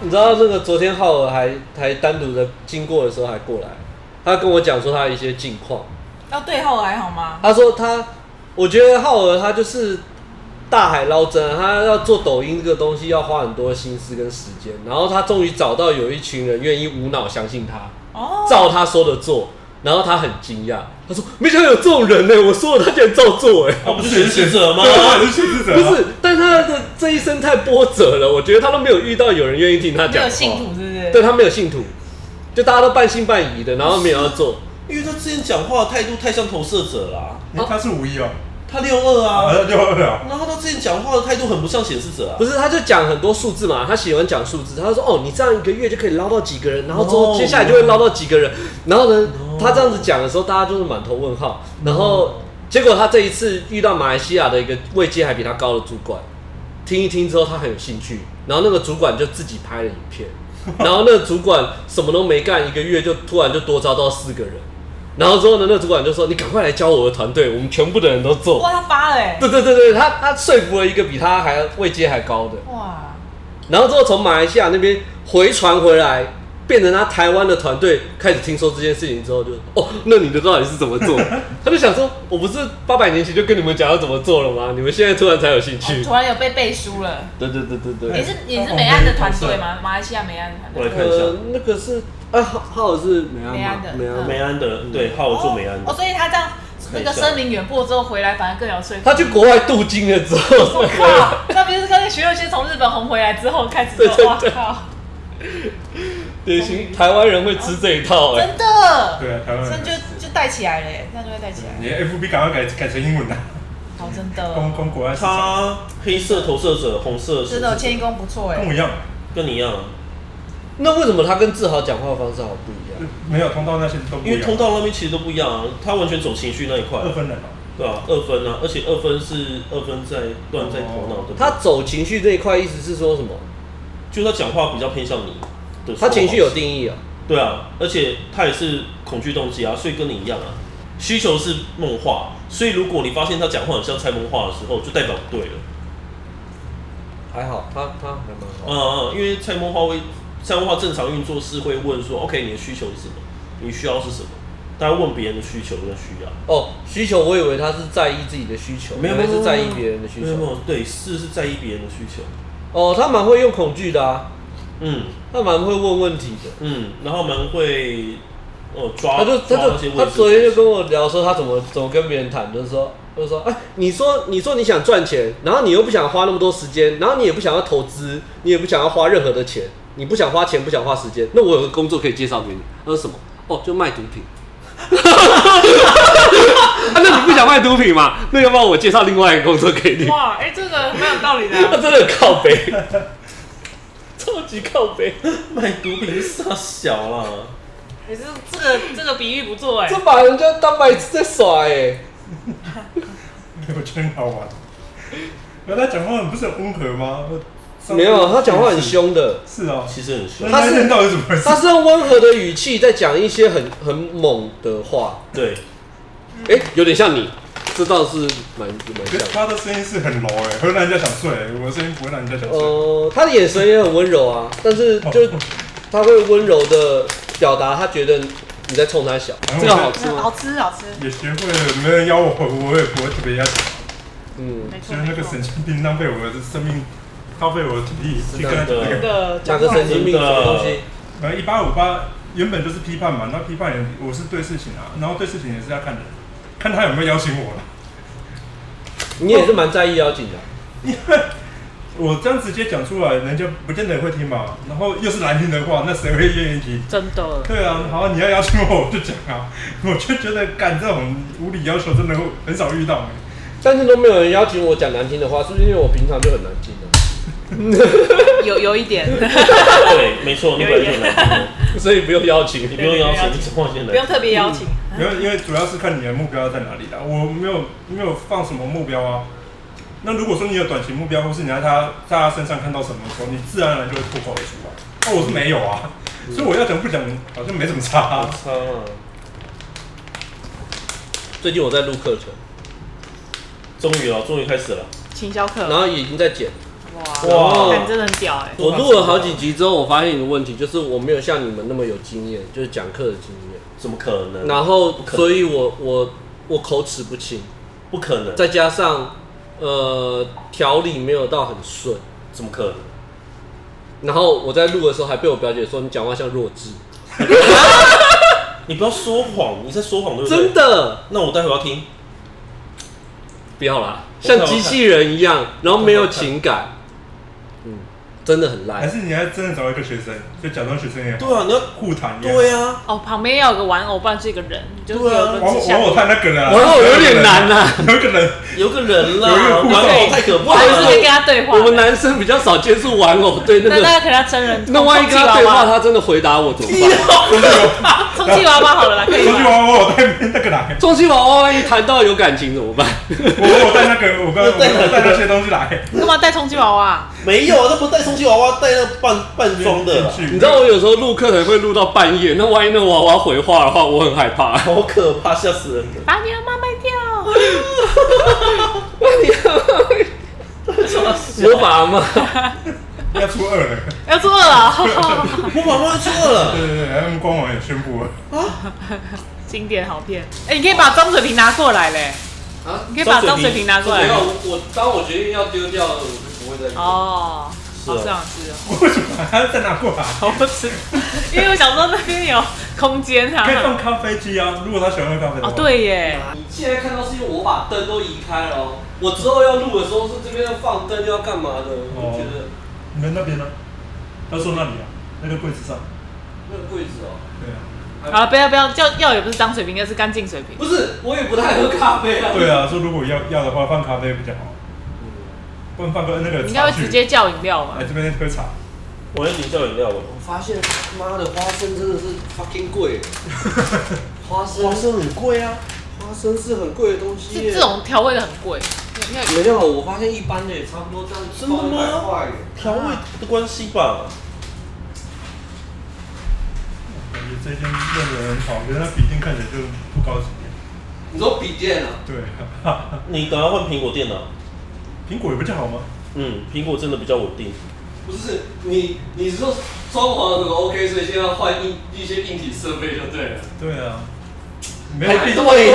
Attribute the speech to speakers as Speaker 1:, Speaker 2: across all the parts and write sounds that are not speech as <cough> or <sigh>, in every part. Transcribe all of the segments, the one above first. Speaker 1: 你知道那个昨天浩尔还还单独的经过的时候还过来，他跟我讲说他的一些近况。
Speaker 2: 要对后来好吗？
Speaker 1: 他说他，我觉得浩尔他就是大海捞针啊，他要做抖音这个东西要花很多心思跟时间，然后他终于找到有一群人愿意无脑相信他，
Speaker 2: 哦，
Speaker 1: 照他说的做，然后他很惊讶，他说没想到有这种人呢、欸我说 <laughs> 了他竟然照做哎、
Speaker 3: 他不是选取
Speaker 1: <laughs>
Speaker 3: 者吗？
Speaker 1: 对啊
Speaker 3: 他是选取者
Speaker 1: 不
Speaker 3: 啊，
Speaker 1: 是，但他的这一生太波折了，我觉得他都没有遇到有人愿意听他
Speaker 2: 没
Speaker 1: 讲话，
Speaker 2: 有信徒是不是？
Speaker 1: 对他没有信徒，就大家都半信半疑的，然后没有要做。
Speaker 3: 因为他之前讲话的态度太像投射者啦，
Speaker 4: 哎他是五一哦，
Speaker 3: 他六二
Speaker 4: 好
Speaker 3: 啊，
Speaker 4: 像就了。
Speaker 3: 然后他之前讲话的态度很不像显示者啊
Speaker 1: 不。是，他就讲很多数字嘛，他喜欢讲数字。他说：“哦，你这样一个月就可以捞到几个人，然后之后
Speaker 3: No
Speaker 1: 接下来就会捞到几个人。”然后呢，他这样子讲的时候，大家就是满头问号。然后结果他这一次遇到马来西亚的一个位阶还比他高的主管，听一听之后他很有兴趣，然后那个主管就自己拍了影片，然后那个主管什么都没干，一个月就突然就多招到四个人。然后之后呢，那主管就说：“你赶快来教我的团队，我们全部的人都做。”
Speaker 2: 哇，他发了哎、
Speaker 1: 对对对对，他他说服了一个比他还位阶还高的，
Speaker 2: 哇，
Speaker 1: 然后之后从马来西亚那边回传回来，变成他台湾的团队开始听说这件事情之后就，哦，那你的到底是怎么 <laughs> 做？他就想说，我不是八百年前就跟你们讲要怎么做了吗？你们现在突然才有兴趣
Speaker 2: 哦、？突然有被背书了。
Speaker 1: 对对对对
Speaker 2: 你
Speaker 1: 对。哦
Speaker 2: 是你是美安的团队吗？马来西亚美安的团
Speaker 3: 我来
Speaker 2: 队。
Speaker 3: 看一
Speaker 1: 呃
Speaker 3: 下，，
Speaker 1: 那个是啊，浩浩尔是美
Speaker 2: 美
Speaker 1: 安
Speaker 2: 安
Speaker 1: 吗
Speaker 2: 的？
Speaker 1: 美安
Speaker 2: 嗯
Speaker 1: 吗，
Speaker 3: 梅安的对，浩尔做梅安
Speaker 2: 哦，
Speaker 3: 的，
Speaker 2: 所以他这样那个声明远播之后回来，反而更有说服力。
Speaker 1: 他去国外镀金了之后
Speaker 2: 我，靠，那不是跟那个徐若瑄从日本红回来之后开始
Speaker 1: 对对
Speaker 2: 就哇
Speaker 1: 对
Speaker 2: 靠，
Speaker 1: 典型台湾人会吃这一套哎、
Speaker 2: 真的，
Speaker 4: 对啊，台湾
Speaker 2: 这
Speaker 4: 人
Speaker 2: 样就就带起来了耶，这样就会带起来
Speaker 1: 嗯
Speaker 4: 你。的 FB 赶快改改成英文的，
Speaker 2: 好，真
Speaker 1: 哦
Speaker 4: 公
Speaker 2: 的，
Speaker 4: 公国外市场
Speaker 3: 他黑色投射者，红
Speaker 2: 真
Speaker 3: 色
Speaker 2: 的，
Speaker 3: 显示者
Speaker 2: 迁移宫不错
Speaker 4: 跟
Speaker 2: 哎
Speaker 4: 我。一样，
Speaker 3: 跟你一样啊，
Speaker 1: 那为什么他跟志豪讲话方式好不一样？
Speaker 4: 没有通道那些都不
Speaker 3: 因
Speaker 4: 一
Speaker 3: 为通
Speaker 4: 样，
Speaker 3: 道那边其实都不一样啊，他完全走情绪那一块啊，
Speaker 4: 二分人嘛。
Speaker 3: 对啊，二分啊，而且二分是二分在断在头脑的，
Speaker 1: 他走情绪这一块，意思是说什么？
Speaker 3: 就是他讲话比较偏向你的说法，
Speaker 1: 他情绪有定义啊、
Speaker 3: 对啊，而且他也是恐惧动机啊，所以跟你一样啊，需求是梦话，所以如果你发现他讲话很像蔡梦话的时候，就代表不对了。
Speaker 1: 还好，他他还蛮好。
Speaker 3: 嗯嗯，因为蔡梦话会，蔡梦话正常运作是会问说，OK，你的需求是什么？你需要是什么？大家问别人的需求跟需要，
Speaker 1: 哦，需求，我以为他是在意自己的需求，
Speaker 3: 没有
Speaker 1: 原来
Speaker 3: 没有
Speaker 1: 是在意别人的需
Speaker 3: 没有没
Speaker 1: 求。
Speaker 3: 有，对，是是在意别人的需求。
Speaker 1: 哦，他蛮会用恐惧的啊，
Speaker 3: 嗯
Speaker 1: 他蛮会问问题的。
Speaker 3: 嗯，然后蛮会哦抓，
Speaker 1: 他就他
Speaker 3: 抓那些
Speaker 1: 就
Speaker 3: 位
Speaker 1: 他
Speaker 3: 置
Speaker 1: 昨天就跟我聊说他怎么怎么跟别人谈，就是说就是说，哎，你说你说你想赚钱，然后你又不想花那么多时间，然后你也不想要投资，你也不想要花任何的钱，你不想花钱，不想花时间，那我有个工作可以介绍给你。他说什么？哦，就卖毒品。啊，那你不想卖毒品嘛？那要不然我介绍另外一个工作给你。
Speaker 2: 哇，哎，这个蛮有道理的
Speaker 1: 他
Speaker 2: 啊。
Speaker 1: <laughs> 真的很靠背，超级靠背，
Speaker 3: <laughs> 卖毒品是傻小啊啦，
Speaker 2: 也是这个这个比喻不错哎
Speaker 1: <laughs> 这。把人家当白痴在耍哎、
Speaker 4: <laughs> 我觉得很好玩。原来讲话很不是很温和吗？我
Speaker 1: 没有，啊他讲话很。凶的，
Speaker 4: 是哦，
Speaker 3: 其实很凶
Speaker 4: 那。那天到底怎么回事
Speaker 1: 他？是用温和的语气在讲一些很很猛的话，
Speaker 3: 对，
Speaker 1: 哎、有点像你，这倒是蛮蛮像
Speaker 4: 可是
Speaker 1: 的。
Speaker 4: 他的声音是很柔哎，会让人家想睡。我的声音不会让人家想睡。
Speaker 1: 呃，他的眼神也很温柔啊，但是就他会温柔的表达，他觉得你在冲他笑，这个好吃吗？
Speaker 2: 好吃好吃，
Speaker 4: 也学会了，没人邀我，我也不会特别邀请。
Speaker 1: 嗯，
Speaker 2: 没错
Speaker 4: 所以那
Speaker 2: 没
Speaker 4: 个
Speaker 2: 错
Speaker 4: 神。经病浪费我的生命，浪费我的体力去跟他讲这
Speaker 3: 真
Speaker 4: 个。
Speaker 2: 的
Speaker 1: 哪个神经病什么东西？
Speaker 4: 呃然后一八五八原本就是批判嘛，那批判人我是对事情啊，然后对事情也是要看人，看他有没有邀请我了。
Speaker 1: 你也是蛮在意邀请的。啊
Speaker 4: 我这样直接讲出来，人家不见得会听嘛。然后又是难听的话，那谁会愿意听？
Speaker 2: 真的，
Speaker 4: 对啊，好，你要邀请我，我就讲啊。我就觉得干这种无理要求，真的会很少遇到、欸
Speaker 1: 但是都没有人邀请我讲难听的话，是不是因为我平常就很难听啊呢、
Speaker 2: 有有一
Speaker 1: <laughs>
Speaker 2: 点，
Speaker 3: 对，没错，你本来就很难听的，
Speaker 1: 所以不用邀请
Speaker 3: 你不用邀请，你只换进
Speaker 2: 不用
Speaker 3: 来。
Speaker 2: 特别邀请，
Speaker 1: 嗯
Speaker 4: 没有，因为主要是看你的目标在哪里啦。我没有没有放什么目标啊。那如果说你有短期目标，或是你在他在他身上看到什么的时候，你自然而然就会脱口而出啊。那、我是没有啊，所以我要讲不讲好像没什么差、
Speaker 3: 啊
Speaker 4: 啊。
Speaker 3: 操啊！
Speaker 1: 最近我在录课程，
Speaker 3: 终于了，终于开始了。
Speaker 2: 行销课，
Speaker 1: 然后已经在剪。
Speaker 2: 哇，
Speaker 3: 哇
Speaker 2: 感觉真的很屌哎，
Speaker 1: 我录了好几集之后，我发现一个问题，就是我没有像你们那么有经验，就是讲课的经验。
Speaker 3: 怎么可能？
Speaker 1: 然后
Speaker 3: 不，可能
Speaker 1: 所以我我我口齿不清，
Speaker 3: 不可能，
Speaker 1: 再加上呃条理没有到很顺，
Speaker 3: 怎么可能？
Speaker 1: 然后我在录的时候还被我表姐说你讲话像弱智，
Speaker 3: 你不要说谎，你在说谎对不对？
Speaker 1: 真。的
Speaker 3: 那我待会要听。
Speaker 1: 不要啦，
Speaker 3: 我看
Speaker 1: 像机器人一样，然后没有情感，嗯，真的很
Speaker 4: 还
Speaker 1: 烂。
Speaker 4: 是你还真的找一个学生，就假装学生也好，
Speaker 3: 对啊，你要
Speaker 4: 互谈也好。
Speaker 3: 对啊，
Speaker 2: 哦，旁边要有个玩偶，不然是一个人，你就是有
Speaker 3: 对啊
Speaker 2: 个
Speaker 4: 玩
Speaker 2: 指向
Speaker 4: 玩我太那个了、啊，
Speaker 1: 玩偶有点难啊
Speaker 4: 有一个人，
Speaker 3: 有个人
Speaker 4: 有一
Speaker 3: 啦，
Speaker 4: 个互
Speaker 3: 玩
Speaker 4: 动
Speaker 3: 偶太可
Speaker 2: 我
Speaker 3: 怕
Speaker 2: 还是
Speaker 3: 了。
Speaker 2: 会跟他对话
Speaker 1: 我。们男生比较少接触玩偶，对那
Speaker 2: 那那
Speaker 1: 个，
Speaker 2: 可能要真人，
Speaker 1: 那万一跟他对话，他真的回答我怎么办？
Speaker 2: <laughs> 充气娃娃好了啦，可以
Speaker 4: 出去
Speaker 2: 吗？
Speaker 4: 玩玩我太那个来，
Speaker 1: 充气娃娃万一谈到有感情怎么办？ <laughs>
Speaker 4: 我我带那个，我刚我我带那些东西来，
Speaker 2: 干嘛带充气娃娃？
Speaker 3: 没有啊，那不带充气娃娃，带那个半半装的啦，
Speaker 4: 你
Speaker 1: 你知道我有时候录课程会录到半夜，那万一那娃娃回话的话，我很害怕。
Speaker 3: 好可怕，吓死人了。
Speaker 2: 把你的妈卖掉！ <laughs>
Speaker 1: 魔法嘛，
Speaker 4: 要出二了，
Speaker 2: 要做了， <laughs>
Speaker 3: 我把妈错了，
Speaker 4: 对对对，他们官网也宣布了，
Speaker 2: 经典好片。哎，你可以把张水平拿过来嘞，
Speaker 1: 啊，
Speaker 2: 你可以把张水平拿过
Speaker 1: 没有，
Speaker 2: 来。
Speaker 1: 我当我决定要丢掉了，我就不会再。
Speaker 2: 哦，
Speaker 3: 是
Speaker 2: 好
Speaker 3: 啊
Speaker 2: 想吃，
Speaker 4: 为什么还要再拿过来？
Speaker 2: 好吃，因为我想说那边有空间
Speaker 4: 可以放
Speaker 2: 啊。
Speaker 4: 咖啡机啊，如果他喜欢喝咖啡的话。
Speaker 2: 哦，。对耶，
Speaker 1: 你现在看到是因为我把灯都移开了哦，我之后要录的时候是这边要放灯要干嘛的，我就觉得
Speaker 4: 你们那边呢？他说那里啊，那个柜子上。
Speaker 1: 那个柜子哦，
Speaker 4: 对啊。
Speaker 2: 好了，不要不要，要要也不是张水平，要是干净水平。
Speaker 1: 不是，我也不太喝咖啡啊。
Speaker 4: 对，啊，说如果要要的话，放咖啡比较好，不能放个呃那个茶
Speaker 2: 你应该会
Speaker 4: 去
Speaker 2: 直接叫饮料吧
Speaker 4: 来？这边喝 <laughs> 茶。
Speaker 3: 我要点叫饮料了。
Speaker 1: 我发现他妈的花生真的是 fucking 贵，花生
Speaker 3: 花生很贵啊，
Speaker 1: 花生是很贵的东西
Speaker 2: 这
Speaker 1: 耶
Speaker 2: 这种调味的很贵，你看
Speaker 1: 没有，我发现一般的也差不多这样，
Speaker 3: 哦真的吗
Speaker 1: 100块耶
Speaker 3: 调味的关系吧。
Speaker 4: 感觉这间弄得很好，可是它笔电看起来就不高级。
Speaker 1: 你说笔电啊？
Speaker 4: 对啊， <laughs>
Speaker 3: 你等下换苹果电脑，
Speaker 4: 苹果也不较好吗？
Speaker 3: 嗯，苹果真的比较稳定。
Speaker 1: 不是你，你是说装潢的那个 OK，所以现在要换硬一些硬体设备就对了。
Speaker 4: 对啊，没有
Speaker 1: 还
Speaker 4: 必
Speaker 1: 多嘞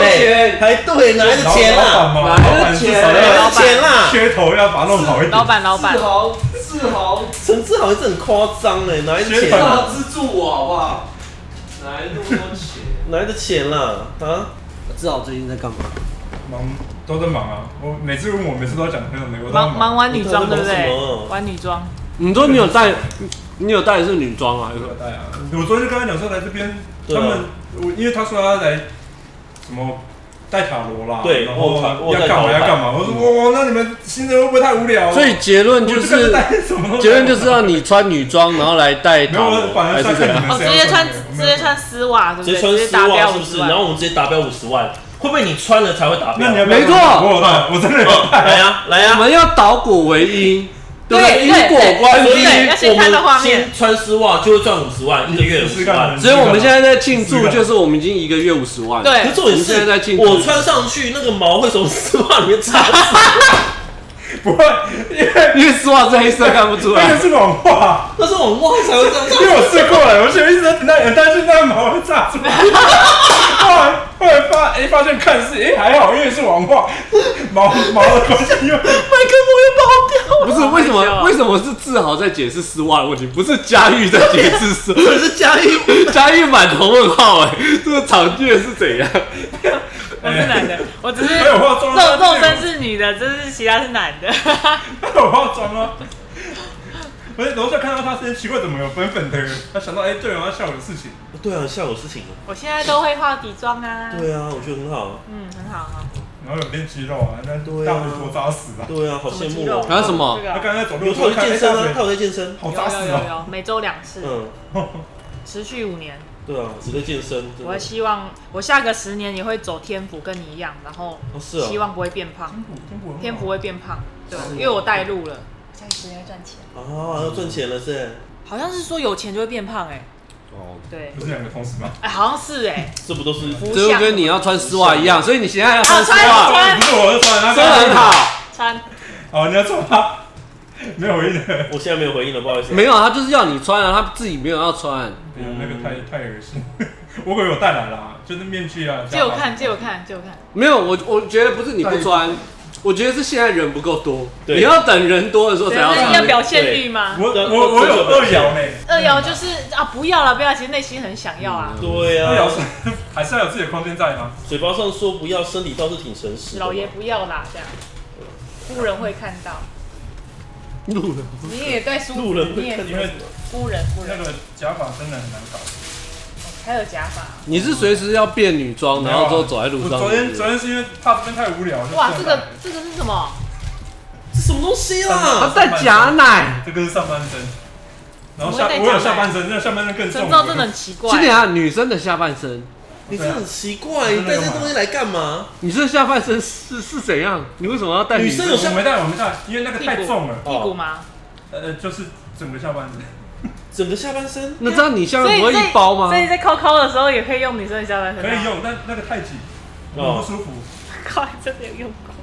Speaker 3: 还哎对，哪来的
Speaker 4: 老
Speaker 3: 钱
Speaker 4: 老板
Speaker 3: 啦？
Speaker 4: 嘛，
Speaker 1: 哪
Speaker 4: 老
Speaker 1: 来的
Speaker 4: 板至
Speaker 1: 钱
Speaker 4: 少
Speaker 3: 哪
Speaker 4: 要
Speaker 3: 来的钱啊啦？
Speaker 4: 噱头要把它弄好一点。
Speaker 2: 老，板老板
Speaker 1: 志，豪，志豪，
Speaker 3: 陈志豪是很夸张哎，哪来的
Speaker 4: 学
Speaker 1: 志
Speaker 3: 钱啦
Speaker 1: 豪？资助我好不好？哪来那么多钱？
Speaker 3: 哪来的钱啦？啊？
Speaker 1: 志豪最近在干嘛？
Speaker 4: 忙都在忙啊！我每次问我，每次都要讲朋友的，我都在
Speaker 2: 忙忙玩女装
Speaker 3: 你
Speaker 2: 对不
Speaker 3: 到底在忙
Speaker 2: 对
Speaker 3: 什么？
Speaker 2: 玩女装，
Speaker 1: 你说你有带，你有带的是女装啊？还是
Speaker 4: 带啊！我昨天就跟他讲说来这边，
Speaker 3: 对
Speaker 4: 他
Speaker 3: 啊
Speaker 4: 们我因为他说他来什么带塔罗啦，
Speaker 3: 对
Speaker 4: 然
Speaker 3: 我有塔
Speaker 4: 后
Speaker 3: 我有
Speaker 4: 要
Speaker 3: 带塔
Speaker 4: 干嘛
Speaker 3: 罗
Speaker 4: 要
Speaker 3: 牌
Speaker 4: 干嘛？我说哇，那你们新人会不会太无聊啊？
Speaker 1: 嗯所以结论
Speaker 4: 我
Speaker 1: 就，
Speaker 4: 就是带什么？
Speaker 1: 结论就是让你穿女装，然后来带
Speaker 4: 没
Speaker 1: 塔
Speaker 4: 有，
Speaker 1: 罗
Speaker 4: 我，反而
Speaker 1: 还
Speaker 4: 是
Speaker 1: 是
Speaker 4: 要
Speaker 1: 这
Speaker 4: 看你
Speaker 1: 样？
Speaker 4: 们
Speaker 2: 哦，
Speaker 4: 谁要
Speaker 2: 直接穿
Speaker 4: 什么
Speaker 2: 直接。穿丝袜，对不
Speaker 3: 直
Speaker 2: 对？
Speaker 3: 接穿
Speaker 2: 直接
Speaker 3: 丝
Speaker 2: 达
Speaker 3: 袜
Speaker 2: 标
Speaker 3: 是不
Speaker 2: 五
Speaker 3: 是？
Speaker 2: 十
Speaker 3: 然后
Speaker 2: 万。
Speaker 3: 我们直接达标五十万，会不会你穿了才会达标？
Speaker 4: <laughs> 那你要不要
Speaker 1: 没错哦哎
Speaker 4: 我有带，我真的有带。
Speaker 3: 哦来呀来啊
Speaker 1: 我
Speaker 3: 呀！
Speaker 1: 们要倒果为因，对不对？
Speaker 2: 对
Speaker 1: 因
Speaker 2: 对
Speaker 1: 果关
Speaker 3: 所以
Speaker 1: 系
Speaker 2: 对。要先看到
Speaker 3: 我
Speaker 2: 画
Speaker 3: 们
Speaker 2: 面
Speaker 3: 先穿丝袜就会赚五十万，一个月五
Speaker 4: 你试
Speaker 3: 十
Speaker 4: 试看
Speaker 3: 万。
Speaker 1: 所以我们现在在庆祝，就是我们已经一个月五十万。
Speaker 2: 对
Speaker 3: 可是重点
Speaker 1: 我们现在在
Speaker 3: 是
Speaker 1: 庆，祝
Speaker 3: 我穿上去那个毛会从丝袜里面插出来，
Speaker 4: <laughs> 不会，因为
Speaker 1: 因为丝袜是黑色，看不
Speaker 4: <laughs>
Speaker 1: 出
Speaker 4: 那个
Speaker 1: 来。
Speaker 4: 哎是网话。
Speaker 3: 那是我袜才会这样
Speaker 1: <laughs>
Speaker 4: 因为我试过了，我就一直在等待，很担心那个毛会炸出来。后来后来发哎、发现看似哎、还好，因为是网话，毛毛的关系，因为
Speaker 1: 不是为什么？为什么是志豪在解释丝袜的问题，不是佳玉在解释 <laughs> 丝？可是佳玉，佳玉满头问号哎、这个场面是怎样？
Speaker 2: 我是男
Speaker 3: <laughs>
Speaker 2: 的，我只是
Speaker 4: 还有化妆啊
Speaker 2: 肉肉身是女的，这是其他是男的。 <laughs>
Speaker 4: 有化妆啊。我在楼下看到他，是奇怪怎么有粉粉的，他想到哎、对啊，下午的事情，
Speaker 3: 对啊，下午事情啊。
Speaker 2: 我现在都会化底妆啊，
Speaker 3: 对啊，我觉得很好啊。
Speaker 2: 嗯，很好啊。
Speaker 4: 然后有练肌肉啊，那
Speaker 3: 对啊
Speaker 4: 大腿多扎实啊。
Speaker 3: 对啊，好羡慕
Speaker 1: 还
Speaker 3: 哦。
Speaker 1: 有什么
Speaker 2: 这个
Speaker 4: 他刚才走路
Speaker 3: 有
Speaker 4: 的时
Speaker 3: 他有
Speaker 4: 候
Speaker 3: 在
Speaker 4: 看，
Speaker 3: 健身啊，他有在
Speaker 4: 哎、大腿
Speaker 3: 健身。
Speaker 4: 好扎实
Speaker 2: 有有有
Speaker 4: 哦、
Speaker 2: 有，每周两次，
Speaker 3: 嗯，
Speaker 4: <laughs>
Speaker 2: 持续五年。
Speaker 3: 对啊，只在健身。真的
Speaker 2: 我希望我下个十年也会走天府，跟你一样，然后
Speaker 3: 哦是啊
Speaker 2: 希望不会变胖，
Speaker 4: 天赋
Speaker 2: 天府
Speaker 4: 很好啊
Speaker 2: 会变胖，对
Speaker 3: 是，
Speaker 2: 因为我带路了。
Speaker 5: 下个十年赚钱。
Speaker 3: 啊，要赚钱了是？
Speaker 2: 好像是说有钱就会变胖，哎，
Speaker 1: 哦，
Speaker 2: 对，
Speaker 4: 不是两个同时吗？
Speaker 2: 哎，好像是哎，
Speaker 3: 这不都是
Speaker 2: 不
Speaker 1: 这就跟
Speaker 3: 啊
Speaker 1: 你要穿丝袜一样，所以你现在要穿丝
Speaker 2: 啊
Speaker 1: 袜，
Speaker 2: 穿
Speaker 4: 不是我是穿他
Speaker 1: 真的很好。
Speaker 2: 穿
Speaker 4: 哦，你要穿他，没有回应的，
Speaker 3: 我现在没有回应了，不好意思。
Speaker 1: 没有，他就是要你穿啊，他自己没有要穿。
Speaker 4: 没有那个
Speaker 3: 嗯
Speaker 4: 太太恶心。 <laughs> 我给我带来了啊，就是面具啊，
Speaker 2: 借我看，借我看，借我看。
Speaker 1: 没有，我我觉得不是你不穿，我觉得是现在人不够多，
Speaker 3: 对
Speaker 1: 你要等人多的时候才
Speaker 3: 啊
Speaker 1: 要
Speaker 2: 那要
Speaker 1: 穿。
Speaker 2: 表现欲吗？
Speaker 4: 我我我有二摇呢，
Speaker 2: 二爻就是啊，不要了，不要，其实内心很想要啊。
Speaker 3: 对
Speaker 4: 二
Speaker 3: 啊
Speaker 4: 摇，是还是要有自己的空间在吗？
Speaker 3: 嘴巴上说不要，身体倒是挺诚实的嘛。
Speaker 2: 老爷不要啦，这样，夫人会看到。
Speaker 1: 路人
Speaker 2: 你也在书，
Speaker 3: 路人
Speaker 2: 你
Speaker 3: 会
Speaker 2: 也
Speaker 3: 看你嗯
Speaker 4: 因为
Speaker 3: 们。
Speaker 2: 夫人夫
Speaker 4: 那
Speaker 2: 人，
Speaker 4: 个假发真的很难搞。
Speaker 2: 还有假发。
Speaker 1: 你是随时要变女装，然后之后走在路上。
Speaker 4: 啊我昨天昨天是因为怕这边太无聊，就
Speaker 2: 哇，
Speaker 4: 顺
Speaker 2: 这
Speaker 4: 带
Speaker 2: 个这个是什么？
Speaker 3: 这什么东西啊
Speaker 1: 他
Speaker 3: 啦？
Speaker 1: 啊在假奶。
Speaker 4: 这个是上半身，
Speaker 2: 怎么
Speaker 4: 然后下
Speaker 2: 会带
Speaker 4: 我有
Speaker 2: 假
Speaker 4: 下
Speaker 2: 奶
Speaker 4: 半身，那下半身更
Speaker 2: 神
Speaker 4: 重。
Speaker 2: 照真的很奇怪。
Speaker 1: 今天啊，女生的下半身，
Speaker 3: 你这很奇怪，你带这东西来干嘛？
Speaker 1: 女生的下半身是是怎样？你为什么要带
Speaker 3: 女生有
Speaker 4: 我没带，我没带，因为那个太重了。
Speaker 2: 屁
Speaker 3: 哦
Speaker 2: 股吗？
Speaker 4: 呃，就是整个下半身。
Speaker 3: 整个下半身
Speaker 1: 那这样你下
Speaker 2: 所
Speaker 1: 面
Speaker 2: 以
Speaker 1: 不会
Speaker 2: 在
Speaker 1: 一包吗
Speaker 2: 所？以在抠抠的时候也可以用女生的下半身。
Speaker 4: 可以，用，但那个太紧，我不舒服。
Speaker 2: <laughs> 靠，真的有用过。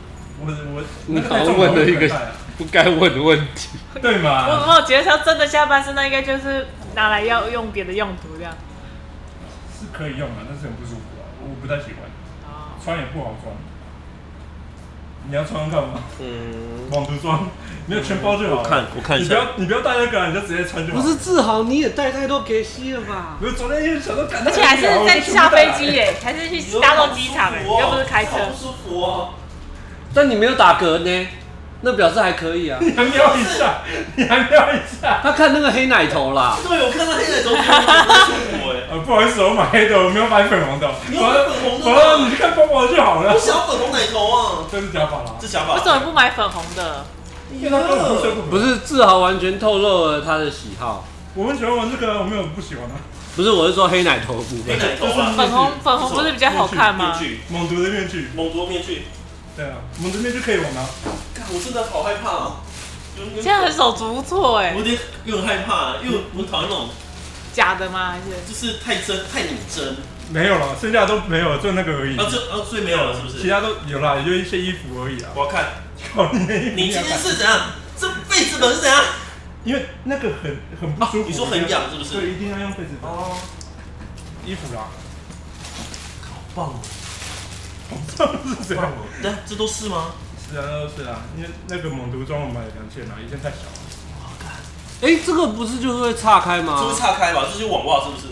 Speaker 4: 我我
Speaker 1: 哦你
Speaker 4: 那
Speaker 1: 好
Speaker 4: 太
Speaker 1: 像
Speaker 4: 重
Speaker 1: 问
Speaker 4: 了
Speaker 1: 了一个不该问的问题。
Speaker 4: 啊对
Speaker 2: 我
Speaker 4: 嘛？
Speaker 2: 我觉得他真的下半身那应该就是拿来要用别的用途这样。
Speaker 4: 是可以用啊，但是很不舒服啊，我不太喜欢，
Speaker 2: 哦，
Speaker 4: 穿也不好穿。你要穿干嘛？
Speaker 3: 嗯，
Speaker 4: 网图装，没有全包就好
Speaker 3: 我
Speaker 4: 了。
Speaker 3: 看我看一
Speaker 4: 你不
Speaker 3: 下，
Speaker 4: 要你不要带那个啊，你就直接穿就好。
Speaker 1: 不是，志豪，你也带太多给西了吧？
Speaker 4: 我昨天因为想到赶，
Speaker 2: 而且还是
Speaker 4: 哦
Speaker 2: 在下飞机耶，还是去搭到机场哎，又不是开车。
Speaker 3: 好不舒服哦。
Speaker 1: 但你没有打嗝呢，那表示还可以啊。 <laughs>
Speaker 4: 你 <laughs> 还瞄一下，你还瞄一下。
Speaker 1: 他看那个黑奶头啦，
Speaker 3: 对，我看到黑奶头，不舒服哎。
Speaker 4: 呃，不好意思，我买黑的，我没有买粉红的。
Speaker 3: 你有买粉红的吗
Speaker 4: 我让你去看包包就好了
Speaker 3: 我。想要粉红奶头啊，
Speaker 4: <laughs> 这是假发啦，
Speaker 3: 这想法。
Speaker 2: 为什么不买粉红的？
Speaker 4: 因为他根本不修
Speaker 1: 不是志豪完全透露了他的喜好，
Speaker 4: 我们喜欢玩这个，我没有不喜欢啊。
Speaker 1: 不是，我是说黑奶头的部 <laughs>
Speaker 3: 黑
Speaker 1: 分。
Speaker 3: 奶头啊？
Speaker 2: 粉红粉红不是比较好看吗
Speaker 3: 面？具，
Speaker 4: 猛毒的面具，
Speaker 3: 蒙多面具。
Speaker 4: 对啊，猛毒面具可以玩啊。
Speaker 3: 看，我真的好害怕哦。
Speaker 2: 现在很手足无措哎
Speaker 3: 我，有点有点害怕，因为我讨厌那种
Speaker 2: 假的吗？还是
Speaker 3: 就是太真太拟真，
Speaker 4: 没有了，剩下都没有了，就那个而已。
Speaker 3: 啊这啊所以没有了是不
Speaker 4: 其
Speaker 3: 是？
Speaker 4: 他都有啦，也就一些衣服而已啊。
Speaker 3: 我要看
Speaker 4: 靠你的衣服
Speaker 3: 你今天是怎样，这被子本是怎样？
Speaker 4: 因为那个很很不舒服。
Speaker 3: 啊你说很痒是不是
Speaker 4: 对，一定要用被子包
Speaker 3: 哦，
Speaker 4: 衣服啊啦。
Speaker 3: 棒！哦
Speaker 4: 是这样。
Speaker 3: 对，啊这都是吗？
Speaker 4: 是啊，那都是啊，因为那个猛毒装我买了两件啦，一件太小了。
Speaker 1: 哎、这个不是就是会岔开
Speaker 3: 这
Speaker 1: 吗
Speaker 3: 是？岔开吧？这就是网袜是不是？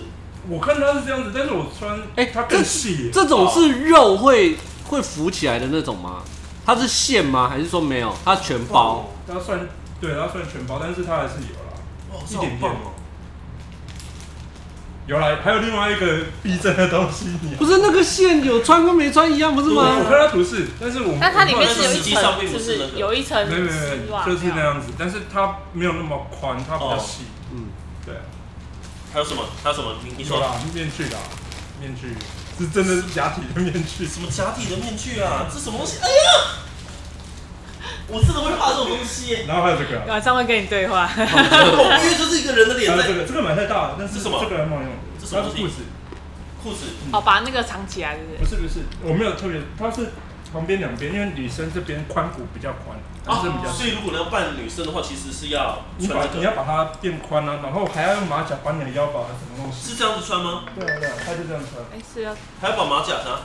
Speaker 4: 我看它是这样子，但是我穿，
Speaker 1: 哎、
Speaker 4: 它
Speaker 1: 这
Speaker 4: 更细耶。
Speaker 1: 这种是肉会会浮起来的那种吗？它是线吗？还是说没有？它全包？
Speaker 4: 它算对，它算全包，但是它还是有啦，
Speaker 3: 哇，
Speaker 4: 一
Speaker 3: 这好
Speaker 4: 点点
Speaker 3: 棒哦！
Speaker 4: 有啦，还有另外一个逼真的东西，你
Speaker 1: 不是那个线有穿跟没穿一样，不是
Speaker 4: 我
Speaker 1: 吗？
Speaker 4: 看它图示，但是我
Speaker 2: 那它里面是有啊
Speaker 3: 实
Speaker 2: 一
Speaker 3: 际上
Speaker 2: 层，
Speaker 3: 并
Speaker 2: 是
Speaker 3: 不
Speaker 2: 不
Speaker 3: 是那个
Speaker 2: 是有一层
Speaker 4: 没有没有没
Speaker 2: 丝
Speaker 4: 有，
Speaker 2: 袜？
Speaker 4: 就是那样子，但是它没有那么宽，它比较细，
Speaker 1: 嗯，
Speaker 4: 对，
Speaker 3: 还有什么？还有什么？你你
Speaker 4: 有
Speaker 3: 说
Speaker 4: 啦，面具啦，面具是真的是假体的面具，
Speaker 3: 什么假体的面具啊？这什么东西？哎呀，我真的会怕这种东西耶。 <laughs>
Speaker 4: 然后还有这个啊，
Speaker 2: 晚上会跟你对话。 <laughs>
Speaker 3: 很恐怖，因为就是一个人的
Speaker 4: 还
Speaker 3: 脸
Speaker 4: 有
Speaker 3: 在
Speaker 4: 这个这个买太大了，但是
Speaker 3: 这什么
Speaker 4: 这个还蛮有用的，
Speaker 3: 这什么
Speaker 4: 它
Speaker 3: 东
Speaker 4: 是
Speaker 3: 西
Speaker 4: 裤子，
Speaker 3: 裤子，
Speaker 2: 哦，把那个藏起来，是不是？
Speaker 4: 不是不是，我没有特别，它是旁边两边，因为女生这边髋骨比较宽，男生比较
Speaker 3: 啊，所以如果你要扮女生的话，其实是要
Speaker 4: 你把
Speaker 3: 穿这
Speaker 4: 你
Speaker 3: 个，
Speaker 4: 要把它变宽啊，然后还要用马甲把你的腰把什么弄细。
Speaker 3: 是这样子穿吗？
Speaker 4: 对啊对啊，他就这样穿，
Speaker 2: 哎是要，
Speaker 3: 还要把马甲啥？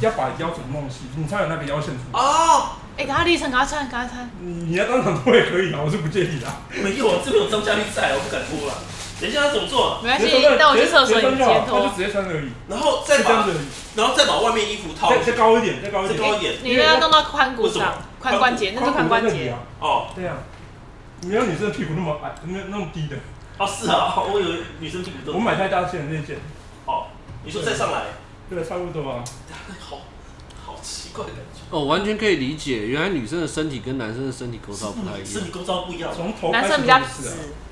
Speaker 4: 要把腰怎么弄细，你才有那个腰线出来。
Speaker 3: 啊，
Speaker 2: 哎，赶快立成，赶快穿，赶快
Speaker 3: 哦
Speaker 2: 穿。
Speaker 4: 你你要当场脱也可以啊，我是不介意的啊。
Speaker 3: 没有啊，这边有张嘉丽在，我不敢脱了。等一下他怎么做啊？
Speaker 2: 没关系，带我去厕所，
Speaker 4: 直接
Speaker 2: 你
Speaker 4: 穿就
Speaker 2: 截
Speaker 4: 好他
Speaker 2: 图
Speaker 4: 就。直接穿而已，
Speaker 3: 然后
Speaker 4: 就
Speaker 3: 再
Speaker 4: 这
Speaker 3: 把
Speaker 4: 样子，
Speaker 3: 然后再把外面衣服套
Speaker 4: 再再高一点，再高一
Speaker 3: 再
Speaker 4: 点，
Speaker 3: 高一点
Speaker 2: 你那要弄到髋骨
Speaker 3: 为什么
Speaker 2: 上，髋关节，那是髋关
Speaker 4: 髋骨在那里
Speaker 2: 节
Speaker 4: 啊。。
Speaker 3: 哦
Speaker 4: 对啊，没有女生的屁股那么矮，没有那么低的。
Speaker 3: 哦是啊， <laughs> 我以为女生屁股都
Speaker 4: 我买太大件那一件，
Speaker 3: 哦，你说再上来，
Speaker 4: 对，差不多啊。
Speaker 3: 好好奇怪的感觉，
Speaker 5: 哦，完全可以理解，原来女生的身体跟男生的身体构造不太一
Speaker 3: 身体
Speaker 5: 样。
Speaker 3: 构造不一样
Speaker 4: 从头
Speaker 2: 男生比较直，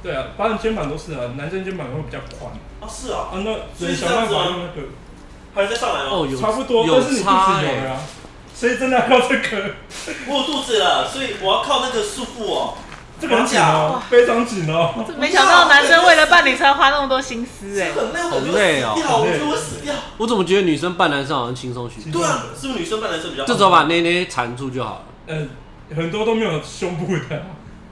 Speaker 4: 对啊，包括肩膀都是啊，男生肩膀会比较宽啊，
Speaker 3: 啊是啊，
Speaker 4: 那
Speaker 3: 所以
Speaker 4: 人
Speaker 3: 是
Speaker 4: 想
Speaker 3: 这样
Speaker 4: 办
Speaker 3: 子吗
Speaker 4: 法用那个，
Speaker 3: 还有再上来
Speaker 5: 哦，
Speaker 3: 吗？
Speaker 5: 有
Speaker 4: 差不多，但是
Speaker 5: 有
Speaker 4: 你肚子
Speaker 5: 差
Speaker 4: 有了
Speaker 5: 哎、
Speaker 4: 啊，所以真的要这个，
Speaker 3: 我有肚子了，所以我要靠那个束缚哦。
Speaker 4: 这个很紧哦，非常紧哦。
Speaker 2: 没想到男生为了扮女生花那么多心思
Speaker 3: <laughs>
Speaker 2: 哎。
Speaker 3: 很累，我感觉
Speaker 5: 好累哦
Speaker 3: 会死掉，我觉得我会死掉。
Speaker 5: 我怎么觉得女生扮男生好像轻松许多？
Speaker 3: 对啊，是不是女生扮男生比较好？
Speaker 5: 这时候把捏捏缠住就好了。
Speaker 4: 呃，很多都没有胸部的啊，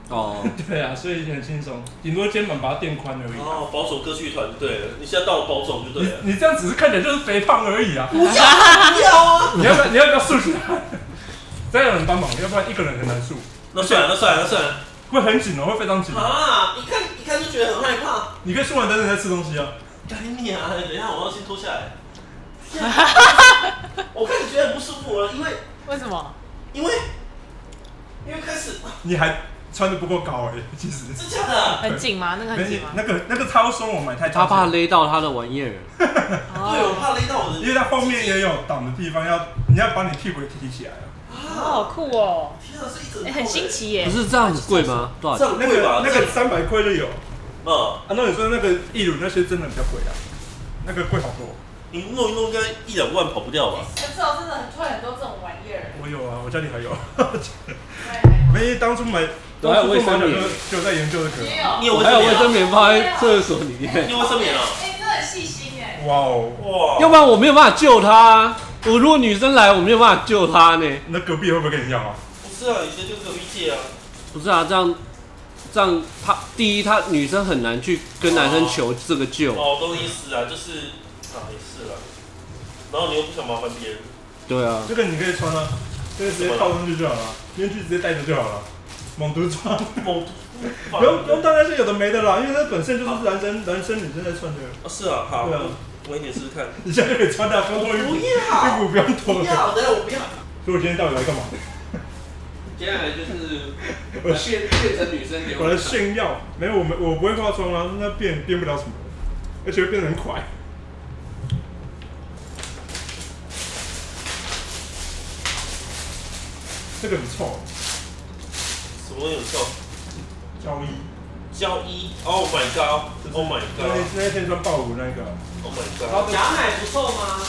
Speaker 5: 哦，
Speaker 4: 对啊，所以很轻松，顶多肩膀把它垫宽而已啊。
Speaker 3: 哦，保守歌剧团就对了，你现在到我保守就对了。
Speaker 4: 你你这样只是看起来就是肥胖而已啊。
Speaker 3: 不要不要 <laughs> 啊！
Speaker 4: 你要不要？你要不要竖起来？ <laughs> 再有人帮忙，要不然一个人很难竖，
Speaker 3: 那算了，那算了，那算了。
Speaker 4: 会很紧哦，会非常紧。
Speaker 3: 啊，一看一看就觉得很害怕。
Speaker 4: 你可以竖完等等再吃东西啊。
Speaker 3: 该你啊！等一下，我要先脱下 <laughs> 来。我看你觉得很不舒服了，因为
Speaker 2: 为什么？
Speaker 3: 因为因为开始
Speaker 4: 你还穿的不够高哎、其实。
Speaker 3: 真假的，
Speaker 2: 很紧吗？那个很紧吗？
Speaker 4: 那个那个超松，我买太
Speaker 5: 他
Speaker 4: 大件
Speaker 5: 怕勒到他的玩意儿。
Speaker 3: 对，我
Speaker 2: 哦，
Speaker 3: 怕勒到我的。
Speaker 4: 因为它后面也有挡的地方，要你要把你屁股也提起来啊。
Speaker 2: 好
Speaker 3: 啊，
Speaker 2: 酷哦，
Speaker 3: 天啊，是一整
Speaker 2: 哎
Speaker 3: 套
Speaker 2: 很新，奇耶
Speaker 5: 不。是这样很贵吗？多少
Speaker 3: 这
Speaker 5: 钱？
Speaker 3: 很
Speaker 4: 那
Speaker 3: 贵吧
Speaker 4: 个？那个三百块就有啊。
Speaker 3: 这嗯，
Speaker 4: 那你说那个义乳那些真的比较贵啊，那个贵好多。
Speaker 3: 你弄一弄应该一两万跑不掉吧？
Speaker 2: 可是我真的很会很多这种玩意儿。
Speaker 4: 我有啊，我家里还有。
Speaker 2: 对，
Speaker 4: <laughs> 没当初买，
Speaker 5: 我
Speaker 4: 当
Speaker 5: 还有
Speaker 4: 初
Speaker 5: 卫
Speaker 4: 做
Speaker 5: 生
Speaker 4: 毛
Speaker 5: 棉
Speaker 4: 就就在研究这个。
Speaker 2: 有
Speaker 3: 你有卫
Speaker 5: 还
Speaker 3: 生
Speaker 5: 有卫
Speaker 3: 棉
Speaker 5: 生
Speaker 3: 啊？
Speaker 5: 棉放在厕所里面，
Speaker 3: 你有卫生棉啊？
Speaker 2: 哎，你真的很细心哎。
Speaker 4: 哇哦，
Speaker 3: 哇！
Speaker 5: 要不然我没有办法救他。我如果女生来，我没有办法救她呢。
Speaker 4: 那隔壁会不会跟你要啊？
Speaker 3: 不是啊，以前就是有一届啊。
Speaker 5: 不是啊，这样这样，他第一，他女生很难去跟男生求这个救，
Speaker 3: 哦，懂你意思啊，就是啊，也是啦。然后你又不想麻烦别人，
Speaker 5: 对啊，
Speaker 4: 这个你可以穿啊，这个直接套上去就好了，面具直接戴着就好了，猛毒 <laughs> 装。
Speaker 3: 猛毒
Speaker 4: 不用不用带那些有的没的啦，因为它本身就是男生男生女生在穿的，
Speaker 3: 啊，是啊，好，
Speaker 4: 对啊
Speaker 3: 我我一点试试看。
Speaker 4: 你现在就可以穿的，不用脱衣服，
Speaker 3: 不
Speaker 4: 衣
Speaker 3: 要
Speaker 4: 服不用脱
Speaker 3: 不。要，等下我不要。
Speaker 4: 所以我今天到底来干嘛？
Speaker 5: 接下来就是
Speaker 4: 我
Speaker 5: 变变成女生
Speaker 4: 我来炫耀，没有我没我不会化妆啊，那变变不了什么，而且会变得很快。这个很臭，
Speaker 3: 什么有效？
Speaker 4: 交易。
Speaker 3: 交衣，Oh my God，Oh my
Speaker 4: 那天
Speaker 3: God，Oh
Speaker 4: 那天穿爆乳那个，
Speaker 3: my God。假奶不臭吗？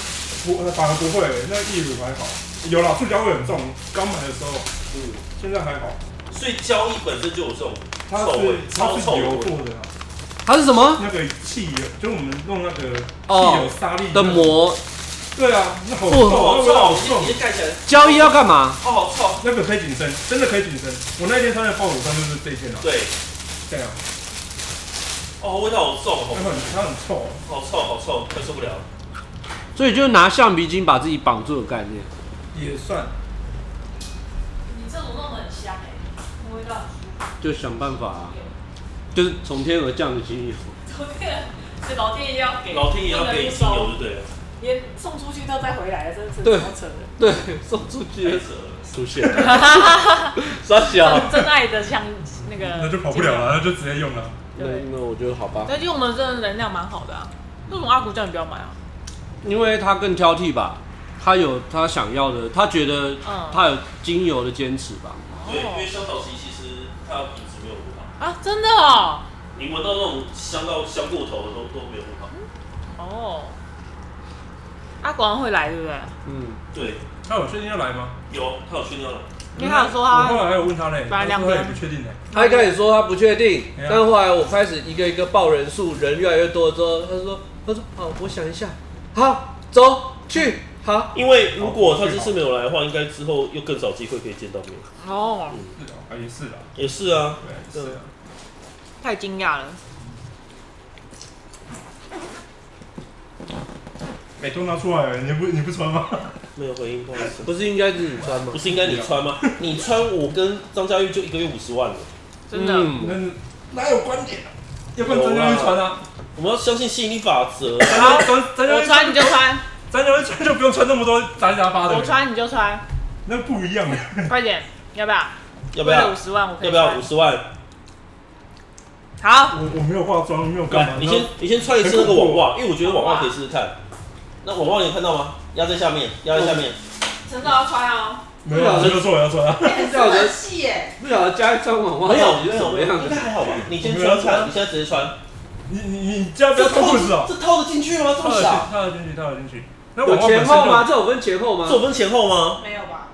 Speaker 4: 不反而不会，那义乳还好。有啦，塑胶味很重，刚买的时候，
Speaker 3: 嗯，
Speaker 4: 现在还好。
Speaker 3: 所以交衣本身就有这种
Speaker 4: 它
Speaker 3: 臭
Speaker 4: 是
Speaker 3: 味，
Speaker 4: 它
Speaker 3: 超
Speaker 4: 是
Speaker 3: 臭
Speaker 4: 油
Speaker 3: 味。
Speaker 4: 做的啊，
Speaker 5: 他是什么
Speaker 4: 那个汽油，就我们弄那个汽油
Speaker 5: 哦
Speaker 4: 沙粒
Speaker 5: 的。膜？
Speaker 4: 对啊，那好
Speaker 5: 哦
Speaker 4: 臭，
Speaker 3: 好
Speaker 4: 那味
Speaker 3: 臭，
Speaker 4: 道好
Speaker 3: 好
Speaker 4: 重
Speaker 3: 臭！你。先盖起来。
Speaker 5: 交易要干嘛？
Speaker 3: 哦，好臭。
Speaker 4: 那个可以紧身，真的可以紧身。我那一天穿的爆乳衫就是这一件啊，
Speaker 3: 对，
Speaker 4: 这样，
Speaker 3: 哦，味道好重，
Speaker 4: 它
Speaker 3: 好
Speaker 4: 很它很臭，
Speaker 3: 好臭，好臭，快受不了了。
Speaker 5: 所以就拿橡皮筋把自己绑住的概念。
Speaker 4: 也算。
Speaker 2: 你这种弄得很香哎，味道很舒
Speaker 5: 就想办法、啊就是从天而降的精油。
Speaker 2: 服。昨 <laughs> 天是老天爷要给，
Speaker 3: 老天爷要给你精油就对了，
Speaker 2: 连送出去都再回来了，真的是
Speaker 5: 对
Speaker 2: 超扯的。
Speaker 5: 对，送出
Speaker 3: 太
Speaker 5: 去
Speaker 3: 扯了。
Speaker 5: 出现，
Speaker 2: <laughs>
Speaker 5: 傻小
Speaker 2: 真。真爱的香那个，
Speaker 4: <laughs> 那就跑不了。啊了，那就直接用了。
Speaker 5: 那
Speaker 2: 对，
Speaker 5: 那我觉得好吧，
Speaker 2: 但用的真的能量蛮好的啊。为什么阿古叫你不要买啊？
Speaker 5: 因为他更挑剔吧，他有他想要的，他觉得
Speaker 2: 嗯
Speaker 5: 他有精油的坚持吧。
Speaker 3: 对，因为香草期其实它的品质没有很好，
Speaker 2: 啊，真的哦，
Speaker 3: 你闻到那种香到香过头的都都没有很好。
Speaker 2: 哦，阿古好像会来，对不对？
Speaker 5: 嗯，
Speaker 3: 对，
Speaker 4: 那我确定要来吗？
Speaker 3: 有，他有去尿了。
Speaker 2: 因为他有说
Speaker 4: 我
Speaker 2: 他
Speaker 4: 后来还有问他嘞，
Speaker 2: 本
Speaker 4: 他
Speaker 2: 来啊两
Speaker 4: 说他
Speaker 2: 边
Speaker 4: 也不确定嘞。
Speaker 1: 他一开始说他不确定，
Speaker 4: 哎呀
Speaker 1: 但后来我开始一个一个报
Speaker 5: 哦
Speaker 1: 人数，人越来越多之后，他说：“他说好，我想一下，好，走去。”哈，
Speaker 3: 因为如果他这次没有来的话，应该之后又更少机会可以见到面。
Speaker 6: 哦，
Speaker 5: 嗯
Speaker 4: 是啊，也是啊，
Speaker 3: 也是啊，
Speaker 4: 对，是啊。
Speaker 6: 太惊讶了。
Speaker 4: 美都拿出来了，你不你不穿吗？
Speaker 3: 没有回应，不好意思。
Speaker 1: 不是应该是你穿吗
Speaker 3: 不？是应该你穿吗？你穿我跟张佳玉就一个月五十万了，
Speaker 6: 真的，
Speaker 5: 嗯
Speaker 4: 那哪有观点啊？要不然张嘉译穿啊，
Speaker 3: 我们要相信吸引力法则。
Speaker 4: 张嘉张张嘉
Speaker 6: 我
Speaker 4: 译
Speaker 6: 穿你就
Speaker 4: <laughs>
Speaker 6: 穿，
Speaker 4: 张嘉译穿就不用穿那么多杂七杂八的，
Speaker 6: 我穿你就穿，
Speaker 4: 那不一样的。
Speaker 6: 快点，要不要？
Speaker 3: 要不要
Speaker 6: 五？十万我可
Speaker 3: 要
Speaker 6: 以
Speaker 3: 不要五
Speaker 6: 穿。
Speaker 3: 十万？
Speaker 6: 好，
Speaker 4: <laughs> 我我没有化妆，没有干嘛
Speaker 3: 来，，你先你先穿一次那个网袜，因为我觉得网袜
Speaker 6: 哇
Speaker 3: 可以试试看。那网袜你有看到吗？压在下面，压在下面。
Speaker 2: 真的要穿哦，
Speaker 4: <laughs> 没有啊，我就说我要穿啊。
Speaker 2: 很生气耶，
Speaker 1: 不晓得加一张网袜
Speaker 3: 没有
Speaker 1: 到底
Speaker 3: 没
Speaker 1: 是怎
Speaker 3: 有
Speaker 1: 么
Speaker 3: 没有，
Speaker 1: 样的
Speaker 3: 应该？还好吧？你先
Speaker 4: 我没有
Speaker 3: 穿
Speaker 4: 要
Speaker 3: 穿，
Speaker 4: 穿
Speaker 3: 你现在直接穿。
Speaker 4: 你你你家不要脱裤子啊！
Speaker 3: 这套得进去吗？这
Speaker 4: 套
Speaker 3: 么
Speaker 4: 了
Speaker 3: 傻？
Speaker 4: 套了进去，套了进去。那
Speaker 1: 有
Speaker 4: 我
Speaker 1: 前后吗？？这有分前后吗
Speaker 3: 这？有分前后吗？
Speaker 2: 没有吧？